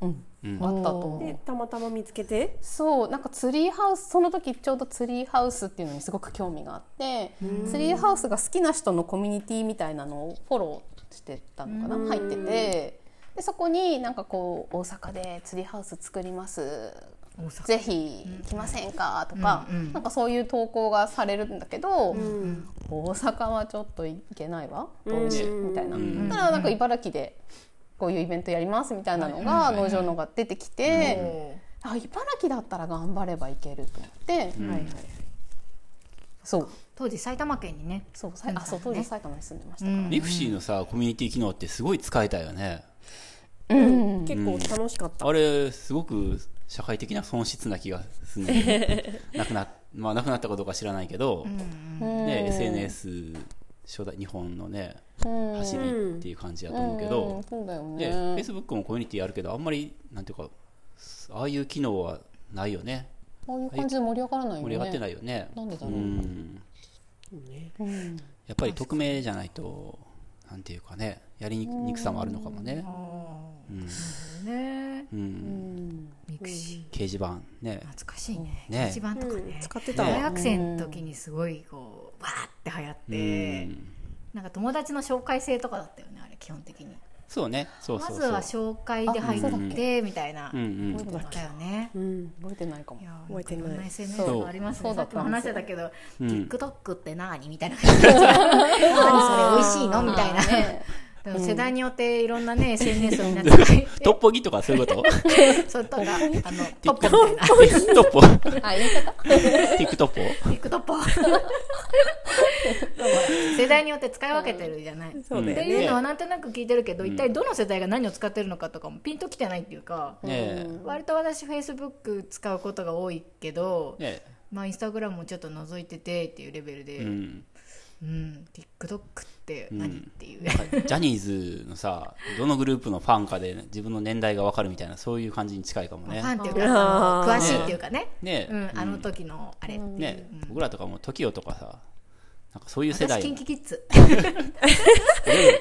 Speaker 4: うん
Speaker 2: うん
Speaker 4: あったと思
Speaker 3: で
Speaker 4: う
Speaker 3: たまたま見つけて
Speaker 4: そうなんかツリーハウスその時ちょうどツリーハウスっていうのにすごく興味があってツリーハウスが好きな人のコミュニティみたいなのをフォローしてたのかな入っててでそこになんかこう大阪でツリーハウス作ります
Speaker 1: 大阪
Speaker 4: ぜひ来ませんかとか、
Speaker 1: うんうん
Speaker 4: なんかそういう投稿がされるんだけど、
Speaker 3: ん
Speaker 4: 大阪はちょっと行けないわ
Speaker 3: ん
Speaker 4: どうしみたいな、
Speaker 2: うん
Speaker 4: だからなんか茨城でこういうイベントやりますみたいなのが農場のが出てきて、あ茨城だったら頑張ればいけると思って、
Speaker 2: うん
Speaker 4: そう
Speaker 1: 当時埼玉県にね。
Speaker 4: そうさいあそう当時埼玉に住んでましたから、
Speaker 2: ミクシーのさコミュニティ機能ってすごい使えたよね
Speaker 3: 結構楽しかった、
Speaker 2: あれすごく社会的な損失な気がするんだけ どなくな,、まあ、なくなったかどうか知らないけど、ね、SNS 初代日本のね走りっていう感じだと思うけど、
Speaker 4: うんそうだよ
Speaker 2: で、
Speaker 4: ね
Speaker 2: Facebook もコミュニティあるけどあんまりなんていうかああいう機能はないよね
Speaker 4: こういう感じで盛り上がらないよね
Speaker 2: 盛り上がってないいよね
Speaker 4: なんでだろうん
Speaker 2: やっぱり匿名じゃないとなんていうかねやりにくさもあるのかもね
Speaker 1: ね
Speaker 2: うん、
Speaker 1: ミクシ
Speaker 2: 掲示板
Speaker 1: ー
Speaker 2: ね
Speaker 1: 懐かしいね。
Speaker 2: ね
Speaker 1: 一番とか
Speaker 3: うん
Speaker 1: ね。
Speaker 3: 使ってた
Speaker 1: 大
Speaker 3: わ、
Speaker 1: 学生の時にすごいこうわーって流行って、なんか友達の紹介制とかだったよねあれ基本的に。
Speaker 2: そうねそう
Speaker 1: ま
Speaker 2: そう
Speaker 1: ず
Speaker 2: そう
Speaker 1: は紹介で入ってみたいな
Speaker 2: う。んうん
Speaker 4: 覚
Speaker 1: だ
Speaker 4: えてない
Speaker 1: ったよね。
Speaker 3: うん、
Speaker 4: 覚えてないかも
Speaker 1: いやー
Speaker 3: 覚えてない
Speaker 1: んかいろんな SNS があります
Speaker 4: そ
Speaker 1: ね。
Speaker 4: う
Speaker 1: さっきも話してたけど、
Speaker 2: うん
Speaker 1: TikTok って何みたいな感じで。何それ美味しいのみたいな。
Speaker 4: ね
Speaker 1: でも世代によっていろんなね SNS を皆さん入って
Speaker 2: トッポギとかそういうこと
Speaker 1: そうとかあのトッポみたいな
Speaker 2: ティック トッポ
Speaker 4: あ言い方
Speaker 2: ティッ クトッポ
Speaker 1: ティックトッポ 世代によって使い分けてるじゃない、
Speaker 3: そうだ
Speaker 1: ってい
Speaker 3: よ
Speaker 1: う
Speaker 3: ね、
Speaker 1: のはなんとなく聞いてるけど、一体どの世代が何を使ってるのかとかもピンときてないっていうか、
Speaker 2: ね
Speaker 1: 割と私フェイスブック使うことが多いけど
Speaker 2: え、ね
Speaker 1: まあ、インスタグラムもちょっと覗いててっていうレベルで、
Speaker 2: えう
Speaker 1: うん
Speaker 2: ん
Speaker 1: TikTok っって何、って いう、
Speaker 2: ジャニーズのさどのグループのファンかで自分の年代が分かるみたいなそういう感じに近いかもね
Speaker 1: ファンっていうか
Speaker 3: あ
Speaker 1: その
Speaker 3: ー
Speaker 1: 詳しいっていうかね
Speaker 2: ね
Speaker 1: うん、あの時のあれ、
Speaker 2: ね、僕らとかも TOKIO とかさなんかそういう世
Speaker 1: 私
Speaker 2: 代
Speaker 1: キン
Speaker 2: よ
Speaker 1: キキッズ
Speaker 2: り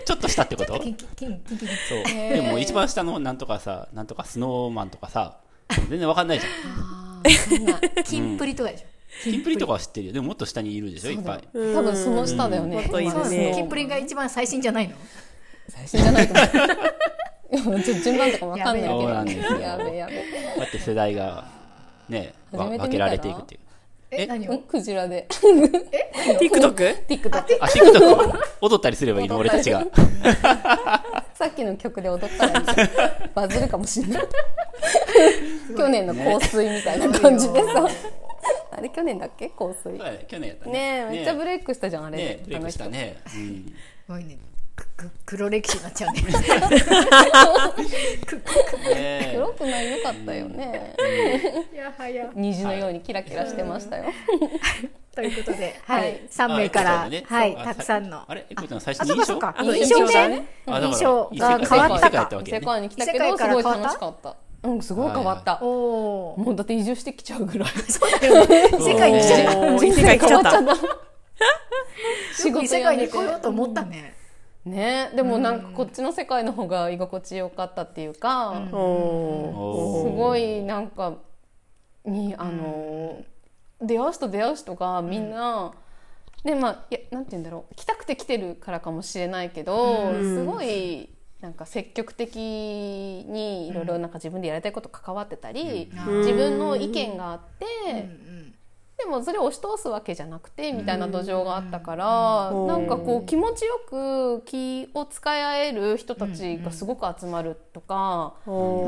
Speaker 2: ちょっとしたってこと
Speaker 1: キンキキンキンキキッズ
Speaker 2: そうでも一番下のなんとかさなんとかスノーマンとかさ全然わかんないじゃ
Speaker 1: キンプリとかでしょ、
Speaker 2: んキンプリとかは知ってるよでももっと下にいるでしょいっぱい
Speaker 4: 多分その下だよね。
Speaker 3: もっといるね
Speaker 1: そうですねキンプ
Speaker 4: リ
Speaker 1: リが一番最新じゃないの
Speaker 4: 最新じゃないと 思う。いや順番とかもわかんないけど。
Speaker 2: そうなんですよ
Speaker 4: やべやべ。
Speaker 2: こうやって世代がねわ
Speaker 4: 初めて見たら
Speaker 2: 分けられていくっていう
Speaker 1: え
Speaker 2: え
Speaker 1: 何
Speaker 4: うん
Speaker 1: を
Speaker 4: クジラで。
Speaker 3: TikTok?
Speaker 4: TikTok。
Speaker 2: あ TikTok 踊ったりすればいいの俺たちが
Speaker 4: さっきの曲で踊ったらバズるかもし れない。去年の香水みたいな感じでさ。あれ去年だっけ香水。ね
Speaker 2: 去年やった
Speaker 4: えめっちゃブ
Speaker 2: レ
Speaker 4: レイクしたじゃんあれ。
Speaker 2: ねブレイクしたねうん
Speaker 1: すごいねくく黒歴史になっちゃうね
Speaker 2: ね
Speaker 4: 黒くない良かったよね。
Speaker 1: い やはや
Speaker 4: 虹のようにキラキラしてましたよ。
Speaker 1: ということで、 は
Speaker 4: はい
Speaker 1: い、3名から、
Speaker 2: あエコちゃんのね
Speaker 1: はい、
Speaker 2: そうあ
Speaker 1: たくさんの
Speaker 2: あれエコちゃん最初
Speaker 1: あ
Speaker 2: に
Speaker 1: そう
Speaker 2: 印
Speaker 1: かそうか
Speaker 2: 象
Speaker 4: あ
Speaker 1: あ
Speaker 4: の
Speaker 1: の
Speaker 4: 印
Speaker 1: 印
Speaker 4: 象
Speaker 1: 象
Speaker 4: だ
Speaker 1: ね
Speaker 4: ね
Speaker 2: あだから
Speaker 1: 印象が
Speaker 2: 異世
Speaker 1: 変
Speaker 2: 界
Speaker 1: わった
Speaker 2: 異世界や
Speaker 1: か
Speaker 2: ったわけね
Speaker 4: 世界に来たけど
Speaker 1: 異世界
Speaker 4: す
Speaker 1: から
Speaker 4: ごい
Speaker 1: 変わった
Speaker 4: 楽しかった。うんすごい変わ った。
Speaker 1: おお
Speaker 4: もうだって移住してきちゃうぐらい。
Speaker 1: そうだよね異世界に来ちゃった
Speaker 3: おー
Speaker 4: 人
Speaker 3: 異世界来ちゃ った
Speaker 4: 変わっちゃった。仕
Speaker 1: 異
Speaker 4: 事
Speaker 1: 世
Speaker 4: や
Speaker 1: 界
Speaker 4: め
Speaker 1: に
Speaker 4: て
Speaker 1: 来ようと思ったね
Speaker 4: ねでもなんかこっちの世界の方が居心地よかったっていうか、す
Speaker 3: おー
Speaker 2: おー
Speaker 4: ごいなんかにあのー出会う人出会う人がみんな、ねまあいやなんて言うんだろう来たくて来てるからかもしれないけど、すごいなんか積極的にいろいろなんか自分でやりたいこと関わってたり、自分の意見があって。でもそれを押し通すわけじゃなくてみたいな土壌があったから、
Speaker 3: うん
Speaker 4: なんかこう気持ちよく気を使い合える人たちがすごく集まるとか、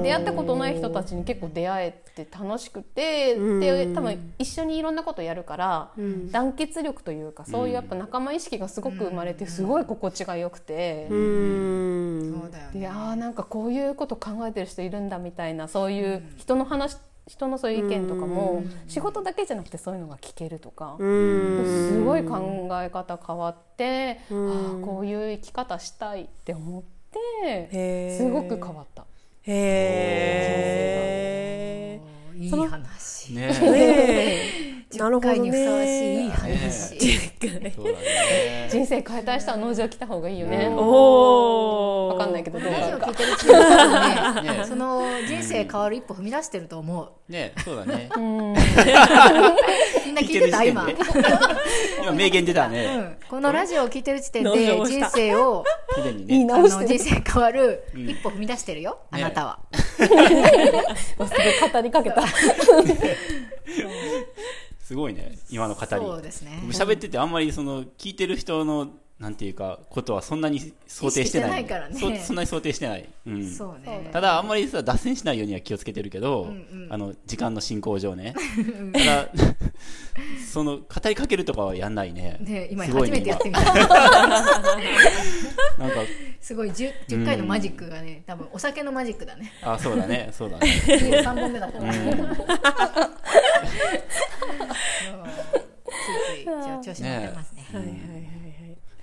Speaker 4: 出会ったことない人たちに結構出会えて楽しくて、
Speaker 3: うん
Speaker 4: で多分一緒にいろんなことやるから、
Speaker 3: うん
Speaker 4: 団結力というかそういうやっぱ仲間意識がすごく生まれてすごい心地が良くて。
Speaker 3: うーん
Speaker 1: そうだよ
Speaker 4: で
Speaker 1: ね
Speaker 4: あーなんかこういうこと考えてる人いるんだみたいなそういう人の話、人のそういう意見とかも仕事だけじゃなくてそういうのが聞けるとか
Speaker 3: う、ーん
Speaker 4: すごい考え方変わって、
Speaker 3: うん
Speaker 4: あーこういう生き方したいって思って
Speaker 3: へー
Speaker 4: すごく変わった。
Speaker 3: へ
Speaker 1: いい話
Speaker 2: ね
Speaker 3: え。ねえ。な
Speaker 1: 世
Speaker 3: るほど
Speaker 1: 界にふさわしいいい
Speaker 3: ね。
Speaker 1: 話
Speaker 2: そうだね
Speaker 4: 人生変えたい人は農場来た方がいいよね。
Speaker 3: おお。
Speaker 4: わかんないけどどう
Speaker 1: ラ
Speaker 4: な
Speaker 1: ジ
Speaker 4: る
Speaker 1: オ
Speaker 4: か
Speaker 1: 聞いてるうちに多分
Speaker 2: ね
Speaker 1: ねその人生変わる一歩踏み出してると思う
Speaker 2: ねそうだね
Speaker 1: みんな聞いてた今、う
Speaker 2: 聞いてる時点で今名言出たね
Speaker 1: ん、このラジオを聞いてる時点
Speaker 3: 同
Speaker 1: で
Speaker 3: 情した
Speaker 1: 人生 を
Speaker 2: すでに
Speaker 4: 言い
Speaker 2: ね
Speaker 1: あの
Speaker 4: 直して
Speaker 1: 人
Speaker 4: る
Speaker 1: 生変わる一歩踏み出してるよ、
Speaker 2: ね
Speaker 1: あなたは
Speaker 4: すごい語りかけた
Speaker 2: すごいね今の語り
Speaker 1: そうですね
Speaker 2: 僕喋っててあんまりその聞いてる人のなんていうかことはそんなに想定してない
Speaker 1: 意識してないからね
Speaker 2: そそんなに想定してない、うん、
Speaker 1: そう
Speaker 4: そう
Speaker 1: ね
Speaker 2: ただあんまりさ脱線しないようには気をつけてるけど、あの時間の進行上ねただ その語りかけるとかはやんないね
Speaker 1: ね今
Speaker 2: すごい
Speaker 1: 初
Speaker 2: ね
Speaker 1: めてやってみ
Speaker 2: 今
Speaker 1: た
Speaker 2: なんか
Speaker 1: すごい 10, 10回のマジックがね多分お酒のマジック だね
Speaker 2: あそうだ ねそうだね
Speaker 1: 3本目だからついついじゃあ調子に乗ってますね
Speaker 3: はいはいはい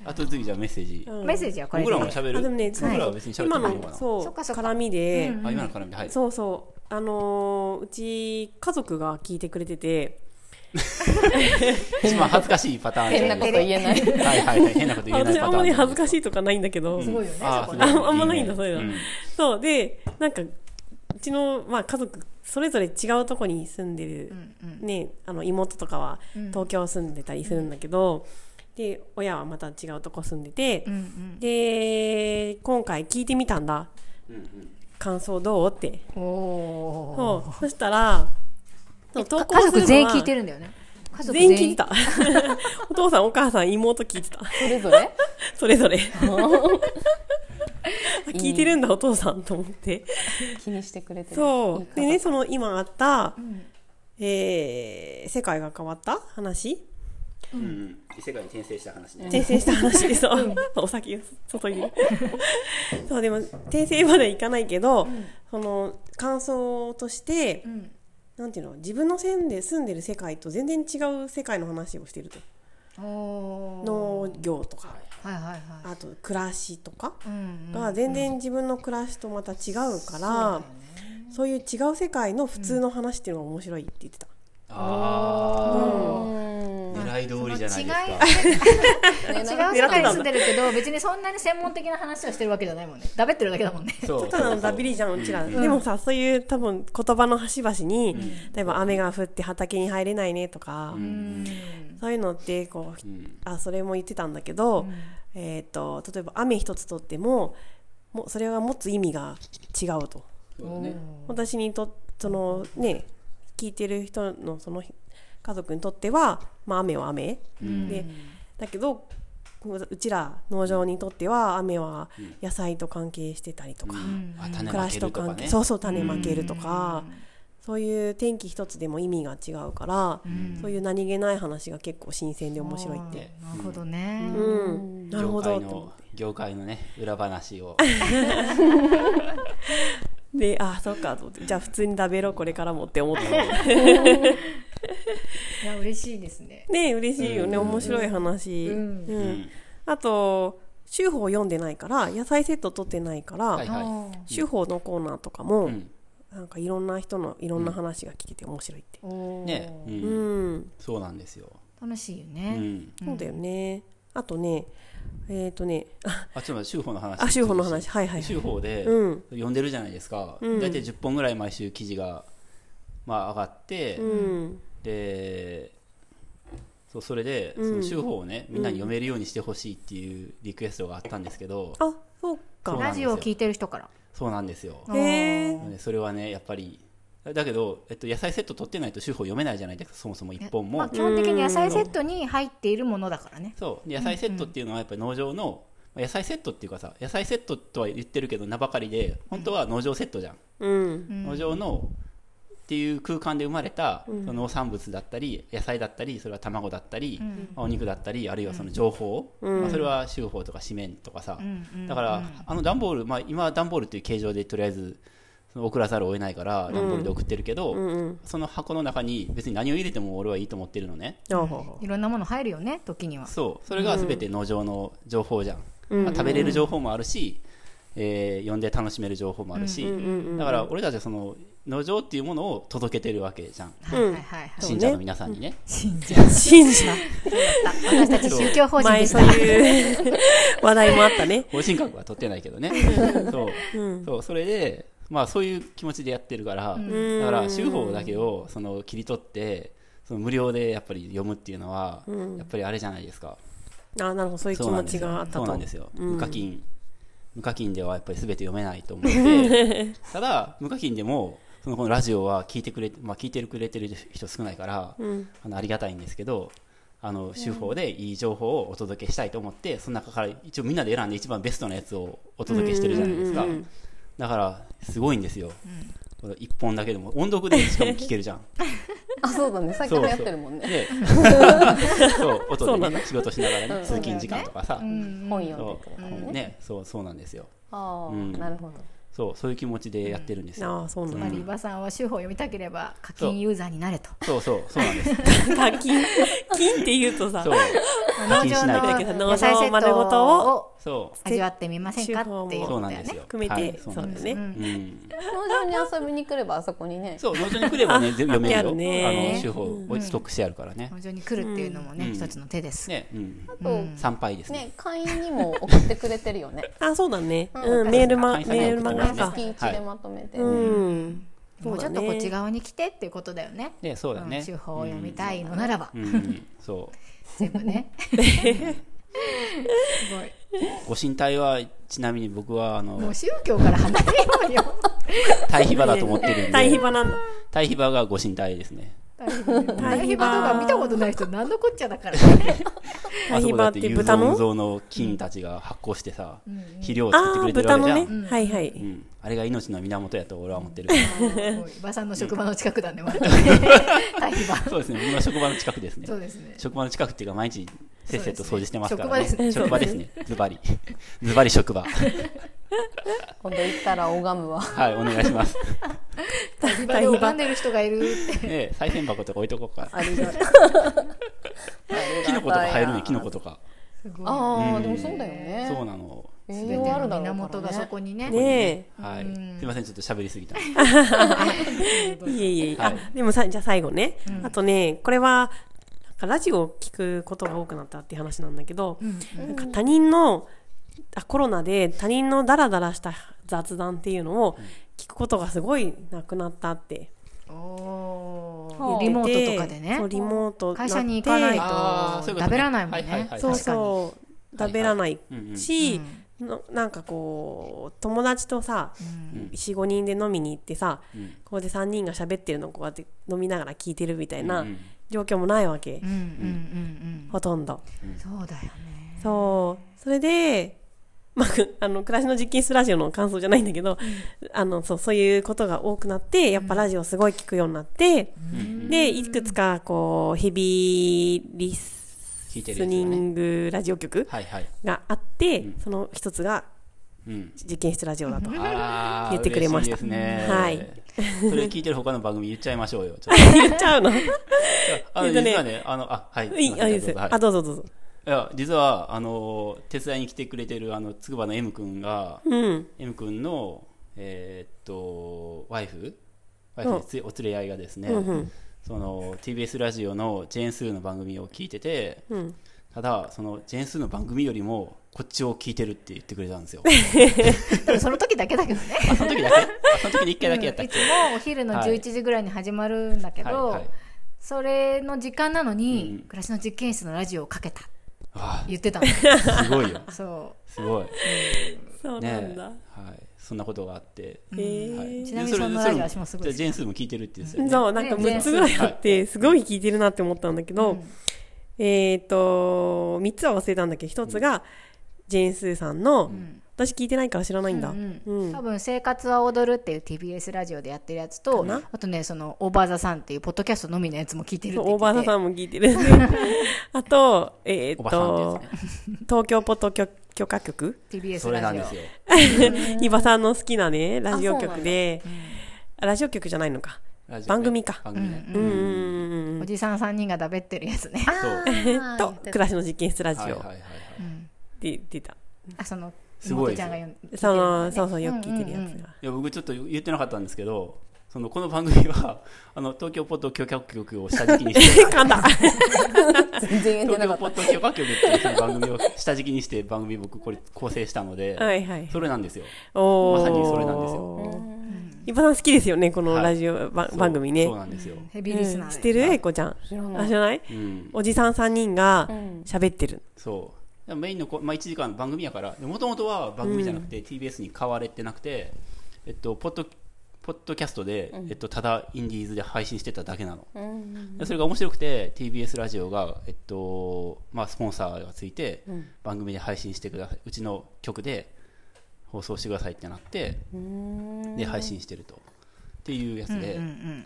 Speaker 2: あと次じゃあメッセージ、
Speaker 3: はい。
Speaker 1: メッセージはこれ
Speaker 2: 僕
Speaker 1: で
Speaker 2: らも喋る
Speaker 3: あでもね、
Speaker 2: 僕らは別に喋って
Speaker 3: 今
Speaker 2: もいいのか
Speaker 3: の
Speaker 2: な
Speaker 3: そう
Speaker 1: そっかそっか
Speaker 3: 絡みで、
Speaker 2: あ今の絡みではい
Speaker 3: そうそうあのーうち家族が聞いてくれてて、
Speaker 2: 一番恥ずかしいパターン
Speaker 4: 変なこと言えない。
Speaker 2: はいはいはい変なこと言えない
Speaker 3: 私
Speaker 2: パター
Speaker 3: あ
Speaker 2: ン
Speaker 3: んまり恥ずかしいとかないんだけど、
Speaker 1: すごいよね
Speaker 2: あ
Speaker 1: そ
Speaker 2: ー
Speaker 1: こね
Speaker 2: すごいね
Speaker 3: ああんまないんだそういうの
Speaker 2: ん
Speaker 3: そうでなんかうちのまあ家族それぞれ違うとこに住んでる、ねあの妹とかは東京住んでたりするんだけど、で親はまた違うとこ住んでて、で今回聞いてみたんだ、感想どうって
Speaker 1: おおー
Speaker 3: そうそしたらそう投稿
Speaker 1: 家
Speaker 3: するの
Speaker 1: 族
Speaker 3: は
Speaker 1: 全員聞いてるんだよね家族
Speaker 3: 全員聞いてたお父さんお母さん妹聞いてた
Speaker 4: それぞれ。
Speaker 3: それぞれ 聞いてるんだお父さんと思って
Speaker 4: 気にしてくれてる。
Speaker 3: そうで
Speaker 4: いい
Speaker 3: ね
Speaker 4: 方
Speaker 3: その今あった、えー世界が変わった話
Speaker 2: うんうん異世界に転生した話ね
Speaker 3: 転生した話でそう、お酒を注いでる そうでも転生まではいかないけど、その感想として、なんていうの自分の住んで住んでる世界と全然違う世界の話をしてると
Speaker 1: おー
Speaker 3: 農業とか
Speaker 1: はいはいはい
Speaker 3: あと暮らしとか
Speaker 1: うんうん
Speaker 3: が全然自分の暮らしとまた違うから、
Speaker 1: そうだよね
Speaker 3: そういう違う世界の普通の話っていうのが面白いって言ってた。
Speaker 2: あ
Speaker 4: うん
Speaker 2: ー狙い通りじゃないですか
Speaker 1: その違い 違う
Speaker 4: ね
Speaker 1: 世界に住んでるけど別にそんなに専門的な話をしてるわけじゃないもんねだべってるだけだもんね
Speaker 2: そう
Speaker 3: ただのダビリじゃんうちら、でもさそういう多分言葉の端々に、例えば雨が降って畑に入れないねとか、そういうのってこう、
Speaker 2: ん
Speaker 3: あそれも言ってたんだけど、えっ、と例えば雨一つとってももうそれが持つ意味が違うと。
Speaker 2: そうだね
Speaker 3: 私にとそのね聞いてる人のその家族にとっては、まあ、雨は雨、でだけどううちら農場にとっては雨は野菜と関係してたりとか、
Speaker 2: うんあ種ま
Speaker 3: 暮ら
Speaker 2: け
Speaker 3: し
Speaker 2: る
Speaker 3: と
Speaker 2: とか
Speaker 3: 関係
Speaker 2: ね
Speaker 3: そうそう種まけるとか、そういう天気一つでも意味が違うから、そういう何気ない話が結構新鮮で面白いって。
Speaker 1: あーなるほどね、
Speaker 3: うん、なる
Speaker 2: 業
Speaker 3: ほど
Speaker 2: 界
Speaker 3: って思
Speaker 2: の
Speaker 3: って
Speaker 2: 業界のね裏話を
Speaker 3: であそうかと思ってじゃあ普通に食べろこれからもって思 って
Speaker 1: いや嬉しいですね
Speaker 3: ね嬉しいよね、面白い話、うんあと週報読んでないから野菜セット取ってないから、
Speaker 2: はい
Speaker 1: あ
Speaker 2: は
Speaker 1: ー
Speaker 3: 週報のコーナーとかも、
Speaker 2: ん
Speaker 3: なんかいろんな人のいろんな話が聞けて面白いって、
Speaker 2: いねう
Speaker 3: うんん
Speaker 2: そうなんですよ
Speaker 1: 楽しいよ
Speaker 2: う
Speaker 1: ね、
Speaker 2: ん
Speaker 3: そうだよねあとねえっ、とねあ
Speaker 2: あちょっと待って修法の話
Speaker 3: あ修法の話はいはいはい
Speaker 2: 修法で
Speaker 3: うん
Speaker 2: 読んでるじゃないですか大体10本ぐらい毎週記事がまあ上がって
Speaker 3: うん
Speaker 2: でそうそれでその修法をねみんなに読めるようにしてほしいっていうリクエストがあったんですけど
Speaker 3: あそうか
Speaker 2: そう
Speaker 1: ラジオを聞いてる人から
Speaker 2: そうなんですよ
Speaker 1: あー
Speaker 3: へー
Speaker 2: なのでそれはねやっぱりだけど、えっと、野菜セット取ってないと修法読めないじゃないですかそもそも1本も、
Speaker 1: まあ、基本的に野菜セットに入っているものだからね
Speaker 2: そうで野菜セットっていうのはやっぱり農場の、まあ野菜セットっていうかさ野菜セットとは言ってるけど名ばかりで本当は農場セットじゃん、
Speaker 3: うん
Speaker 2: 農場のっていう空間で生まれた、その農産物だったり野菜だったりそれは卵だったり、まあお肉だったりあるいはその情報、まあ、それは修法とか紙面とかさ、だから、あの段ボール、まあ、今は段ボールっていう形状でとりあえずその送らざるを得ないから段ボールで送ってるけど、その箱の中に別に何を入れても俺はいいと思ってるのね、
Speaker 3: あほうほ
Speaker 1: いろんなもの入るよね時には
Speaker 2: そうそれが全て農場の情報じゃん、まあ食べれる情報もあるし、えー読んで楽しめる情報もあるし、だから俺たちはその農場っていうものを届けてるわけじゃん
Speaker 1: はいはいはいはい
Speaker 2: 信者の皆さんにね、
Speaker 1: 信じ
Speaker 3: う信者
Speaker 1: 私たち宗教法人
Speaker 3: 前
Speaker 1: でし
Speaker 3: そう
Speaker 1: た
Speaker 3: いう話題もあっ たね
Speaker 2: 法人格は取ってないけど ねそう,、そうそれでまあそういう気持ちでやってるから、だから修法だけをその切り取ってその無料でやっぱり読むっていうのは、やっぱりあれじゃないですか
Speaker 3: あなるほどそういう気
Speaker 2: そうな
Speaker 3: 持
Speaker 2: んです
Speaker 3: ち
Speaker 2: よ
Speaker 3: があったと
Speaker 2: そうなんですよ、無課金無課金ではやっぱり全て読めないと思って ただ無課金でもそのこのラジオは聞いてくれて、まあ、聞いてるくれてる人少ないから、あのありがたいんですけどあの手法でいい情報をお届けしたいと思って、その中から一応みんなで選んで一番ベストなやつをお届けしてるじゃないですか、だからすごいんですよ、この1本だけでも音読でしかも聞けるじゃん
Speaker 4: あそうだね最近流行ってるもん ね
Speaker 2: でそう音で、ね、仕事しながらね通勤時間とかさ、
Speaker 4: 本読ん
Speaker 2: そ
Speaker 4: でくれ
Speaker 2: う、ね、そう、そうなんですよ。
Speaker 4: ああ、
Speaker 2: ん
Speaker 4: なるほど
Speaker 2: そう、そういう気持ちでやってるんですよ。
Speaker 3: ああそうなん
Speaker 1: マ
Speaker 3: だ
Speaker 1: リーバさんは手法を読みたければ課金ユーザーになれと
Speaker 2: そうそう、そうなんです。
Speaker 3: 課金金って言うとさ
Speaker 2: そう、
Speaker 1: 農
Speaker 2: 課金
Speaker 1: 場
Speaker 2: しない
Speaker 1: の
Speaker 2: で。
Speaker 1: 野菜セットを
Speaker 2: そ、
Speaker 1: 味わってみませんかっていうう
Speaker 2: そ
Speaker 1: こ
Speaker 2: う
Speaker 1: と
Speaker 2: なん
Speaker 1: だよ
Speaker 2: です
Speaker 1: ね
Speaker 2: よ。
Speaker 3: 含め
Speaker 2: はい
Speaker 3: て
Speaker 2: そう
Speaker 3: そ
Speaker 2: な
Speaker 3: うん
Speaker 2: で
Speaker 3: だ
Speaker 2: す。
Speaker 3: ね
Speaker 2: うん、
Speaker 4: 農場に遊びに来ればあそこにね
Speaker 2: そう、農場に来ればね、全部読め
Speaker 3: あある
Speaker 2: るよ。
Speaker 3: ね
Speaker 2: あの、手法、ストックしてあるからね。
Speaker 1: 農場に来るっていうのもね一つの手です
Speaker 2: ね、うん、
Speaker 4: あと、
Speaker 2: 参拝ですね。
Speaker 4: ね会員にも送ってくれてるよね
Speaker 3: あ、そうだね。
Speaker 4: うん
Speaker 3: うん、メールま、
Speaker 2: 会
Speaker 3: メ
Speaker 2: 社に
Speaker 3: ー
Speaker 2: は送
Speaker 3: ル
Speaker 2: っ
Speaker 3: ま
Speaker 2: てま
Speaker 3: で
Speaker 2: すね
Speaker 3: か。
Speaker 4: 月1でまとめて、
Speaker 3: うん。
Speaker 1: もうちょっとこっち側に来てっていうことだよね
Speaker 2: ね、そうだね。
Speaker 1: 手法を読みたいのならば
Speaker 2: うんうん、そう。
Speaker 1: 全部 ねすごい
Speaker 2: ご神体は、ちなみに僕は、あ
Speaker 1: も
Speaker 2: の
Speaker 1: う、宗教から離れようよ。
Speaker 2: 対比場だと思ってるん
Speaker 3: 対比
Speaker 2: で、
Speaker 3: 場なんだ。
Speaker 2: 対比場がご神体ですね。
Speaker 1: 大ヒバとか見たことない人、何のこっちゃだから。
Speaker 2: あ
Speaker 3: 対
Speaker 2: そ
Speaker 3: 比
Speaker 2: こ
Speaker 3: 場
Speaker 2: だ
Speaker 3: っ
Speaker 2: って
Speaker 3: て
Speaker 2: 有
Speaker 3: 豚の
Speaker 2: 造の菌たちが発酵してさ、肥料を作ってくれて
Speaker 3: ああー、
Speaker 2: るわけじ
Speaker 3: 豚の
Speaker 2: ゃ
Speaker 3: ね
Speaker 2: ん。。
Speaker 3: はいはい。
Speaker 2: うん、あれが命の源やと俺は思ってるから
Speaker 1: おばさんの職場の近くだね、 割とね。大ヒバ。
Speaker 2: そうですね僕の職場の近くですね
Speaker 1: そうですね。
Speaker 2: 職場の近くっていうか毎日せっせと掃除してますからね
Speaker 1: そうですね
Speaker 2: 職場ですねズバリズバリ職場
Speaker 4: 今度行ったら拝むわ
Speaker 2: はいお願いします
Speaker 1: 大ヒバで拝んでる人がいるって。
Speaker 2: ね賽銭箱とか置いとこうか
Speaker 4: ありがとう
Speaker 2: キノコとか入るねキノコとか
Speaker 1: すごい
Speaker 4: あ
Speaker 2: う
Speaker 4: あ
Speaker 2: ん
Speaker 4: でもそうだよね
Speaker 2: そうなの。
Speaker 1: 全
Speaker 4: 栄
Speaker 1: て
Speaker 4: 養あるだ
Speaker 1: の
Speaker 4: ろうか
Speaker 1: 源
Speaker 4: らね
Speaker 1: がそ こにね
Speaker 3: ね
Speaker 2: はい。
Speaker 1: うん
Speaker 2: すみません、ちょっと喋りす ぎた。
Speaker 3: え。いえいえ。
Speaker 2: はい
Speaker 3: あ、でもさ、じゃあ最後ね。あとね、これは、なんかラジオを聞くことが多くなったっていう話なんだけど、なんか他人の、あコロナで他人のダラダラした雑談っていうのを聞くことがすごいなくなったって
Speaker 1: お
Speaker 4: は
Speaker 1: ー
Speaker 4: い
Speaker 1: リモートとかでね
Speaker 3: そうリモート
Speaker 1: 会社に行かない
Speaker 2: あーそ
Speaker 1: と
Speaker 2: ういう
Speaker 1: 食
Speaker 2: ことね
Speaker 1: べらないもん
Speaker 2: はいはい
Speaker 1: ね
Speaker 2: はい
Speaker 3: そう
Speaker 1: 確かに
Speaker 3: そう食べらない
Speaker 2: はいはい
Speaker 3: し、のなんかこう友達とさ、45人で飲みに行ってさ、
Speaker 2: ん
Speaker 3: ここで3人が喋ってるのをこうやって飲みながら聞いてるみたいな
Speaker 2: うん
Speaker 3: 状況もないわけ、
Speaker 1: うんうんうん
Speaker 3: ほとんど。
Speaker 1: うんそうだよね
Speaker 3: そうそれで、 まあ、くあの暮らしの実験室ラジオの感想じゃないんだけど、あのそうそういうことが多くなってやっぱラジオすごい聞くようになって、でいくつかこうヘビーリス
Speaker 2: 聞いてるやつ
Speaker 3: ニ
Speaker 2: がね。
Speaker 3: ングラジオ局
Speaker 2: はいはい。
Speaker 3: があって、その一つが
Speaker 2: うん。
Speaker 3: 実験室ラジオだと。
Speaker 2: あー
Speaker 3: 言ってくれました
Speaker 2: 嬉いですね。
Speaker 3: はい。
Speaker 2: それ聞いてる他の番組言っちゃいましょうよ。ちょっ
Speaker 3: 言っちゃ うのい
Speaker 2: とあの
Speaker 3: えっとね
Speaker 2: 実はね、あの、あ、はい。すいま
Speaker 3: い
Speaker 2: せん
Speaker 3: あいいです。
Speaker 2: はい
Speaker 3: あ、どうぞどうぞ。
Speaker 2: いや実はあの手伝いに来てくれてるあのつくばの M 君が、
Speaker 3: うん。
Speaker 2: M 君のえーっとワイフワイフ
Speaker 3: うん
Speaker 2: についお連れ合いがですね、
Speaker 3: うんうん
Speaker 2: その TBS ラジオのジェーン・スーの番組を聞いてて、
Speaker 3: うん
Speaker 2: ただそのジェーン・スーの番組よりもこっちを聞いてるって言ってくれたん ですよ
Speaker 1: でもその時だけだけどね
Speaker 2: あその時だけあその時に一回だけやったっ
Speaker 1: いつ
Speaker 2: け、
Speaker 1: もお昼の
Speaker 2: はい
Speaker 1: 11時ぐらいに始まるんだけ
Speaker 2: はいは
Speaker 1: ど
Speaker 2: い
Speaker 1: それの時間なの
Speaker 2: うん
Speaker 1: に暮らしの実験室のラジオをかけた
Speaker 2: あ
Speaker 1: 言ってたの
Speaker 2: あすごいよ
Speaker 1: そ
Speaker 2: すごい
Speaker 3: そう
Speaker 2: ね
Speaker 3: なんだ。
Speaker 2: はいそんなことがあって、
Speaker 3: へ
Speaker 2: は
Speaker 3: え
Speaker 2: い、
Speaker 1: ちなみに
Speaker 2: でれ
Speaker 1: そんなラジオ私もすごい好
Speaker 2: じ
Speaker 1: き
Speaker 2: ゃあジェーン・スーも聞いてるって言ってたよね
Speaker 3: そう、なんか
Speaker 1: ねね
Speaker 3: 6つぐらいあって、すごい聞いてるなって思ったんだけど、えっと、3つは忘れたんだけど、1つが、ジェーン・スーさんの、私聞いてないから知らないんだ。
Speaker 1: ん
Speaker 3: う。
Speaker 1: うん多分「生活は踊る」っていう TBS ラジオでやってるやつとあとねその「オーバーザさん」っていうポッドキャストのみのやつも聞いてるって
Speaker 3: そ
Speaker 1: 言
Speaker 3: う大
Speaker 1: って
Speaker 3: 場
Speaker 1: て
Speaker 3: さんも聞いてる。 あと、えっ
Speaker 2: おばさんってや
Speaker 3: と、東京ポッド許許可局
Speaker 1: TBS
Speaker 2: それな
Speaker 1: ラ
Speaker 2: ん
Speaker 1: ジ
Speaker 2: で
Speaker 1: オ
Speaker 2: すよ
Speaker 3: 伊庭さんの好きなね、ラジオ
Speaker 4: あそうな
Speaker 3: 局
Speaker 4: ん
Speaker 3: で、ラジオ局じゃないのか。
Speaker 2: ラジオね
Speaker 3: 番組か
Speaker 2: 番組ね
Speaker 3: うんうんうんうん。
Speaker 1: おじさん3人がだべってるやつね
Speaker 2: そう
Speaker 3: と、 暮らしの実験室ラジ
Speaker 2: はい
Speaker 3: オ
Speaker 2: はいはいはい
Speaker 3: で出た。
Speaker 1: あその
Speaker 2: すご
Speaker 1: 妹
Speaker 2: いです
Speaker 1: ち
Speaker 2: よ
Speaker 1: ゃんが読ん聞いてる
Speaker 3: そ
Speaker 1: の
Speaker 3: の、そうそう、よく聞いてるやつが。
Speaker 2: いや僕ちょっと言ってなかったんですけどそのこの番組は あの東京ポッド許可局を下敷きに して
Speaker 3: 噛んだ
Speaker 4: 全然言えて
Speaker 2: 東
Speaker 4: なか
Speaker 2: 京ポ
Speaker 4: った
Speaker 2: ッド許可局っていう番組を下敷きにして番組僕これ構成したので、
Speaker 3: はいはい。
Speaker 2: それなんですよ
Speaker 3: おー
Speaker 2: まさにそれなんですよ
Speaker 3: 伊庭さん好きですよね、この
Speaker 2: はい
Speaker 3: ラジオば
Speaker 2: そう
Speaker 3: 番組ね
Speaker 2: そう。なんですよ、
Speaker 1: ヘビーリスナ
Speaker 3: 知っ
Speaker 1: ー
Speaker 3: て
Speaker 1: で
Speaker 3: るえいこちゃん。
Speaker 4: 知らない
Speaker 3: あ、知らない
Speaker 2: うん、
Speaker 3: おじさん3人が
Speaker 4: ん
Speaker 3: 喋ってる。
Speaker 2: そうでもメインのこ、まあ、1時間の番組やからもともとは番組じゃなくて、TBS に買われてなくてえっとポッドポッドキャストで、えっと、ただインディーズで配信してただけなの、
Speaker 4: うん
Speaker 2: でそれが面白くて TBS ラジオが、えっとまあ、スポンサーがついて、番組で配信してくださいうちの曲で放送してくださいってなってで配信してるとっていうやつで,、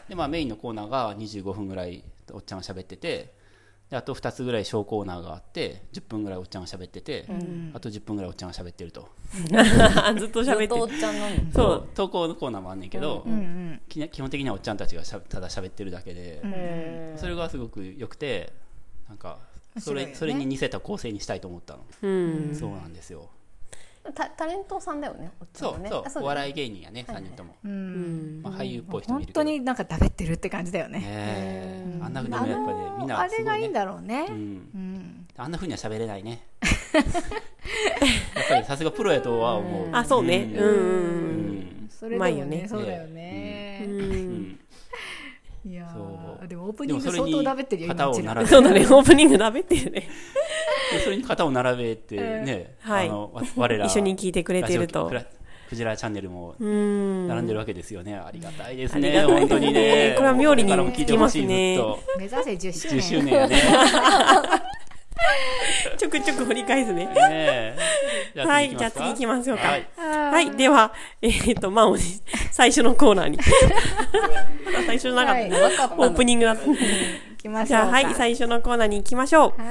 Speaker 2: でまあ、メインのコーナーが25分ぐらいおっちゃんが喋っててであと2つぐらい小コーナーがあって10分ぐらいおっちゃんが喋ってて、あと10分ぐらいおっちゃんが喋ってると
Speaker 3: ずっと
Speaker 4: ずっ
Speaker 3: 喋
Speaker 4: とお
Speaker 3: っ
Speaker 4: って
Speaker 3: る。
Speaker 4: ちゃんなの
Speaker 3: そう。
Speaker 2: 投稿のコーナーもあんねんけど、きな基本的にはおっちゃんたちがしゃただ喋ってるだけで。
Speaker 4: へ
Speaker 2: それがすごく良くてなんかそ
Speaker 1: 面白い
Speaker 2: れ,、
Speaker 1: よね
Speaker 2: それに似せた構成にしたいと思ったの、
Speaker 3: うん。
Speaker 2: そうなんですよ
Speaker 4: ータタレントさんだよねおっちゃん
Speaker 2: そ
Speaker 4: は
Speaker 2: う
Speaker 4: ね
Speaker 2: そうお
Speaker 4: あだよね
Speaker 2: 笑い芸人やね3人とも、
Speaker 1: うん
Speaker 2: まあ、俳優っぽい人も
Speaker 1: 本
Speaker 2: いるけど
Speaker 1: 当になんかだべってるって感じだよ
Speaker 2: ね
Speaker 1: ね
Speaker 2: えあんなふうにや
Speaker 1: あ
Speaker 2: っぱねみん
Speaker 1: の
Speaker 2: な
Speaker 1: あ
Speaker 2: す
Speaker 1: れ
Speaker 2: ご
Speaker 1: が
Speaker 2: い
Speaker 1: いいん
Speaker 2: ね
Speaker 1: だろうね
Speaker 2: うん
Speaker 1: うん
Speaker 2: あんなふうには喋れないねやっぱりさすがプロやとは思う
Speaker 3: あ、そうね。うん
Speaker 2: う
Speaker 3: うん
Speaker 2: ん
Speaker 1: それ
Speaker 3: うま
Speaker 1: で
Speaker 3: い
Speaker 1: も
Speaker 3: よ
Speaker 1: ね
Speaker 3: ね
Speaker 1: そうだよね
Speaker 3: うん。う
Speaker 2: うんん
Speaker 1: いやー
Speaker 2: そう
Speaker 1: でもオープニング相当だべってるよ
Speaker 2: でも
Speaker 1: 今
Speaker 2: それに
Speaker 1: うちら
Speaker 2: 旗を並べ
Speaker 3: そうだね、オープニングだべってるね。
Speaker 2: でそれに肩を並べてね、
Speaker 3: は
Speaker 2: あ
Speaker 3: い
Speaker 2: のわ我ら
Speaker 3: 一緒に聞いてくれてると
Speaker 2: ラジオクラクジラチャンネルも
Speaker 3: うん。
Speaker 2: 並んでるわけですよね。ありがたいです
Speaker 3: あり
Speaker 2: ね。
Speaker 3: がたい
Speaker 2: 本
Speaker 3: ですね
Speaker 2: 当にね。
Speaker 3: これは妙利に
Speaker 2: これからも聞いてほしい
Speaker 3: 尽きますね
Speaker 2: ずっと
Speaker 1: 目指せ10周
Speaker 2: 10
Speaker 1: 年
Speaker 2: 周年やね。ね
Speaker 3: ちょくちょく掘り返すね。
Speaker 2: え
Speaker 3: はい、じゃあ次行きましょうか。
Speaker 2: は
Speaker 3: はいい、では、えっ、と、まあ、おじ最初のコーナーに。最初なかったね、
Speaker 4: 長かった
Speaker 3: オープニングだった。
Speaker 1: いきまし
Speaker 3: じ
Speaker 1: ょう
Speaker 3: ゃあ、
Speaker 1: か
Speaker 3: はい、最初のコーナーに行きましょう。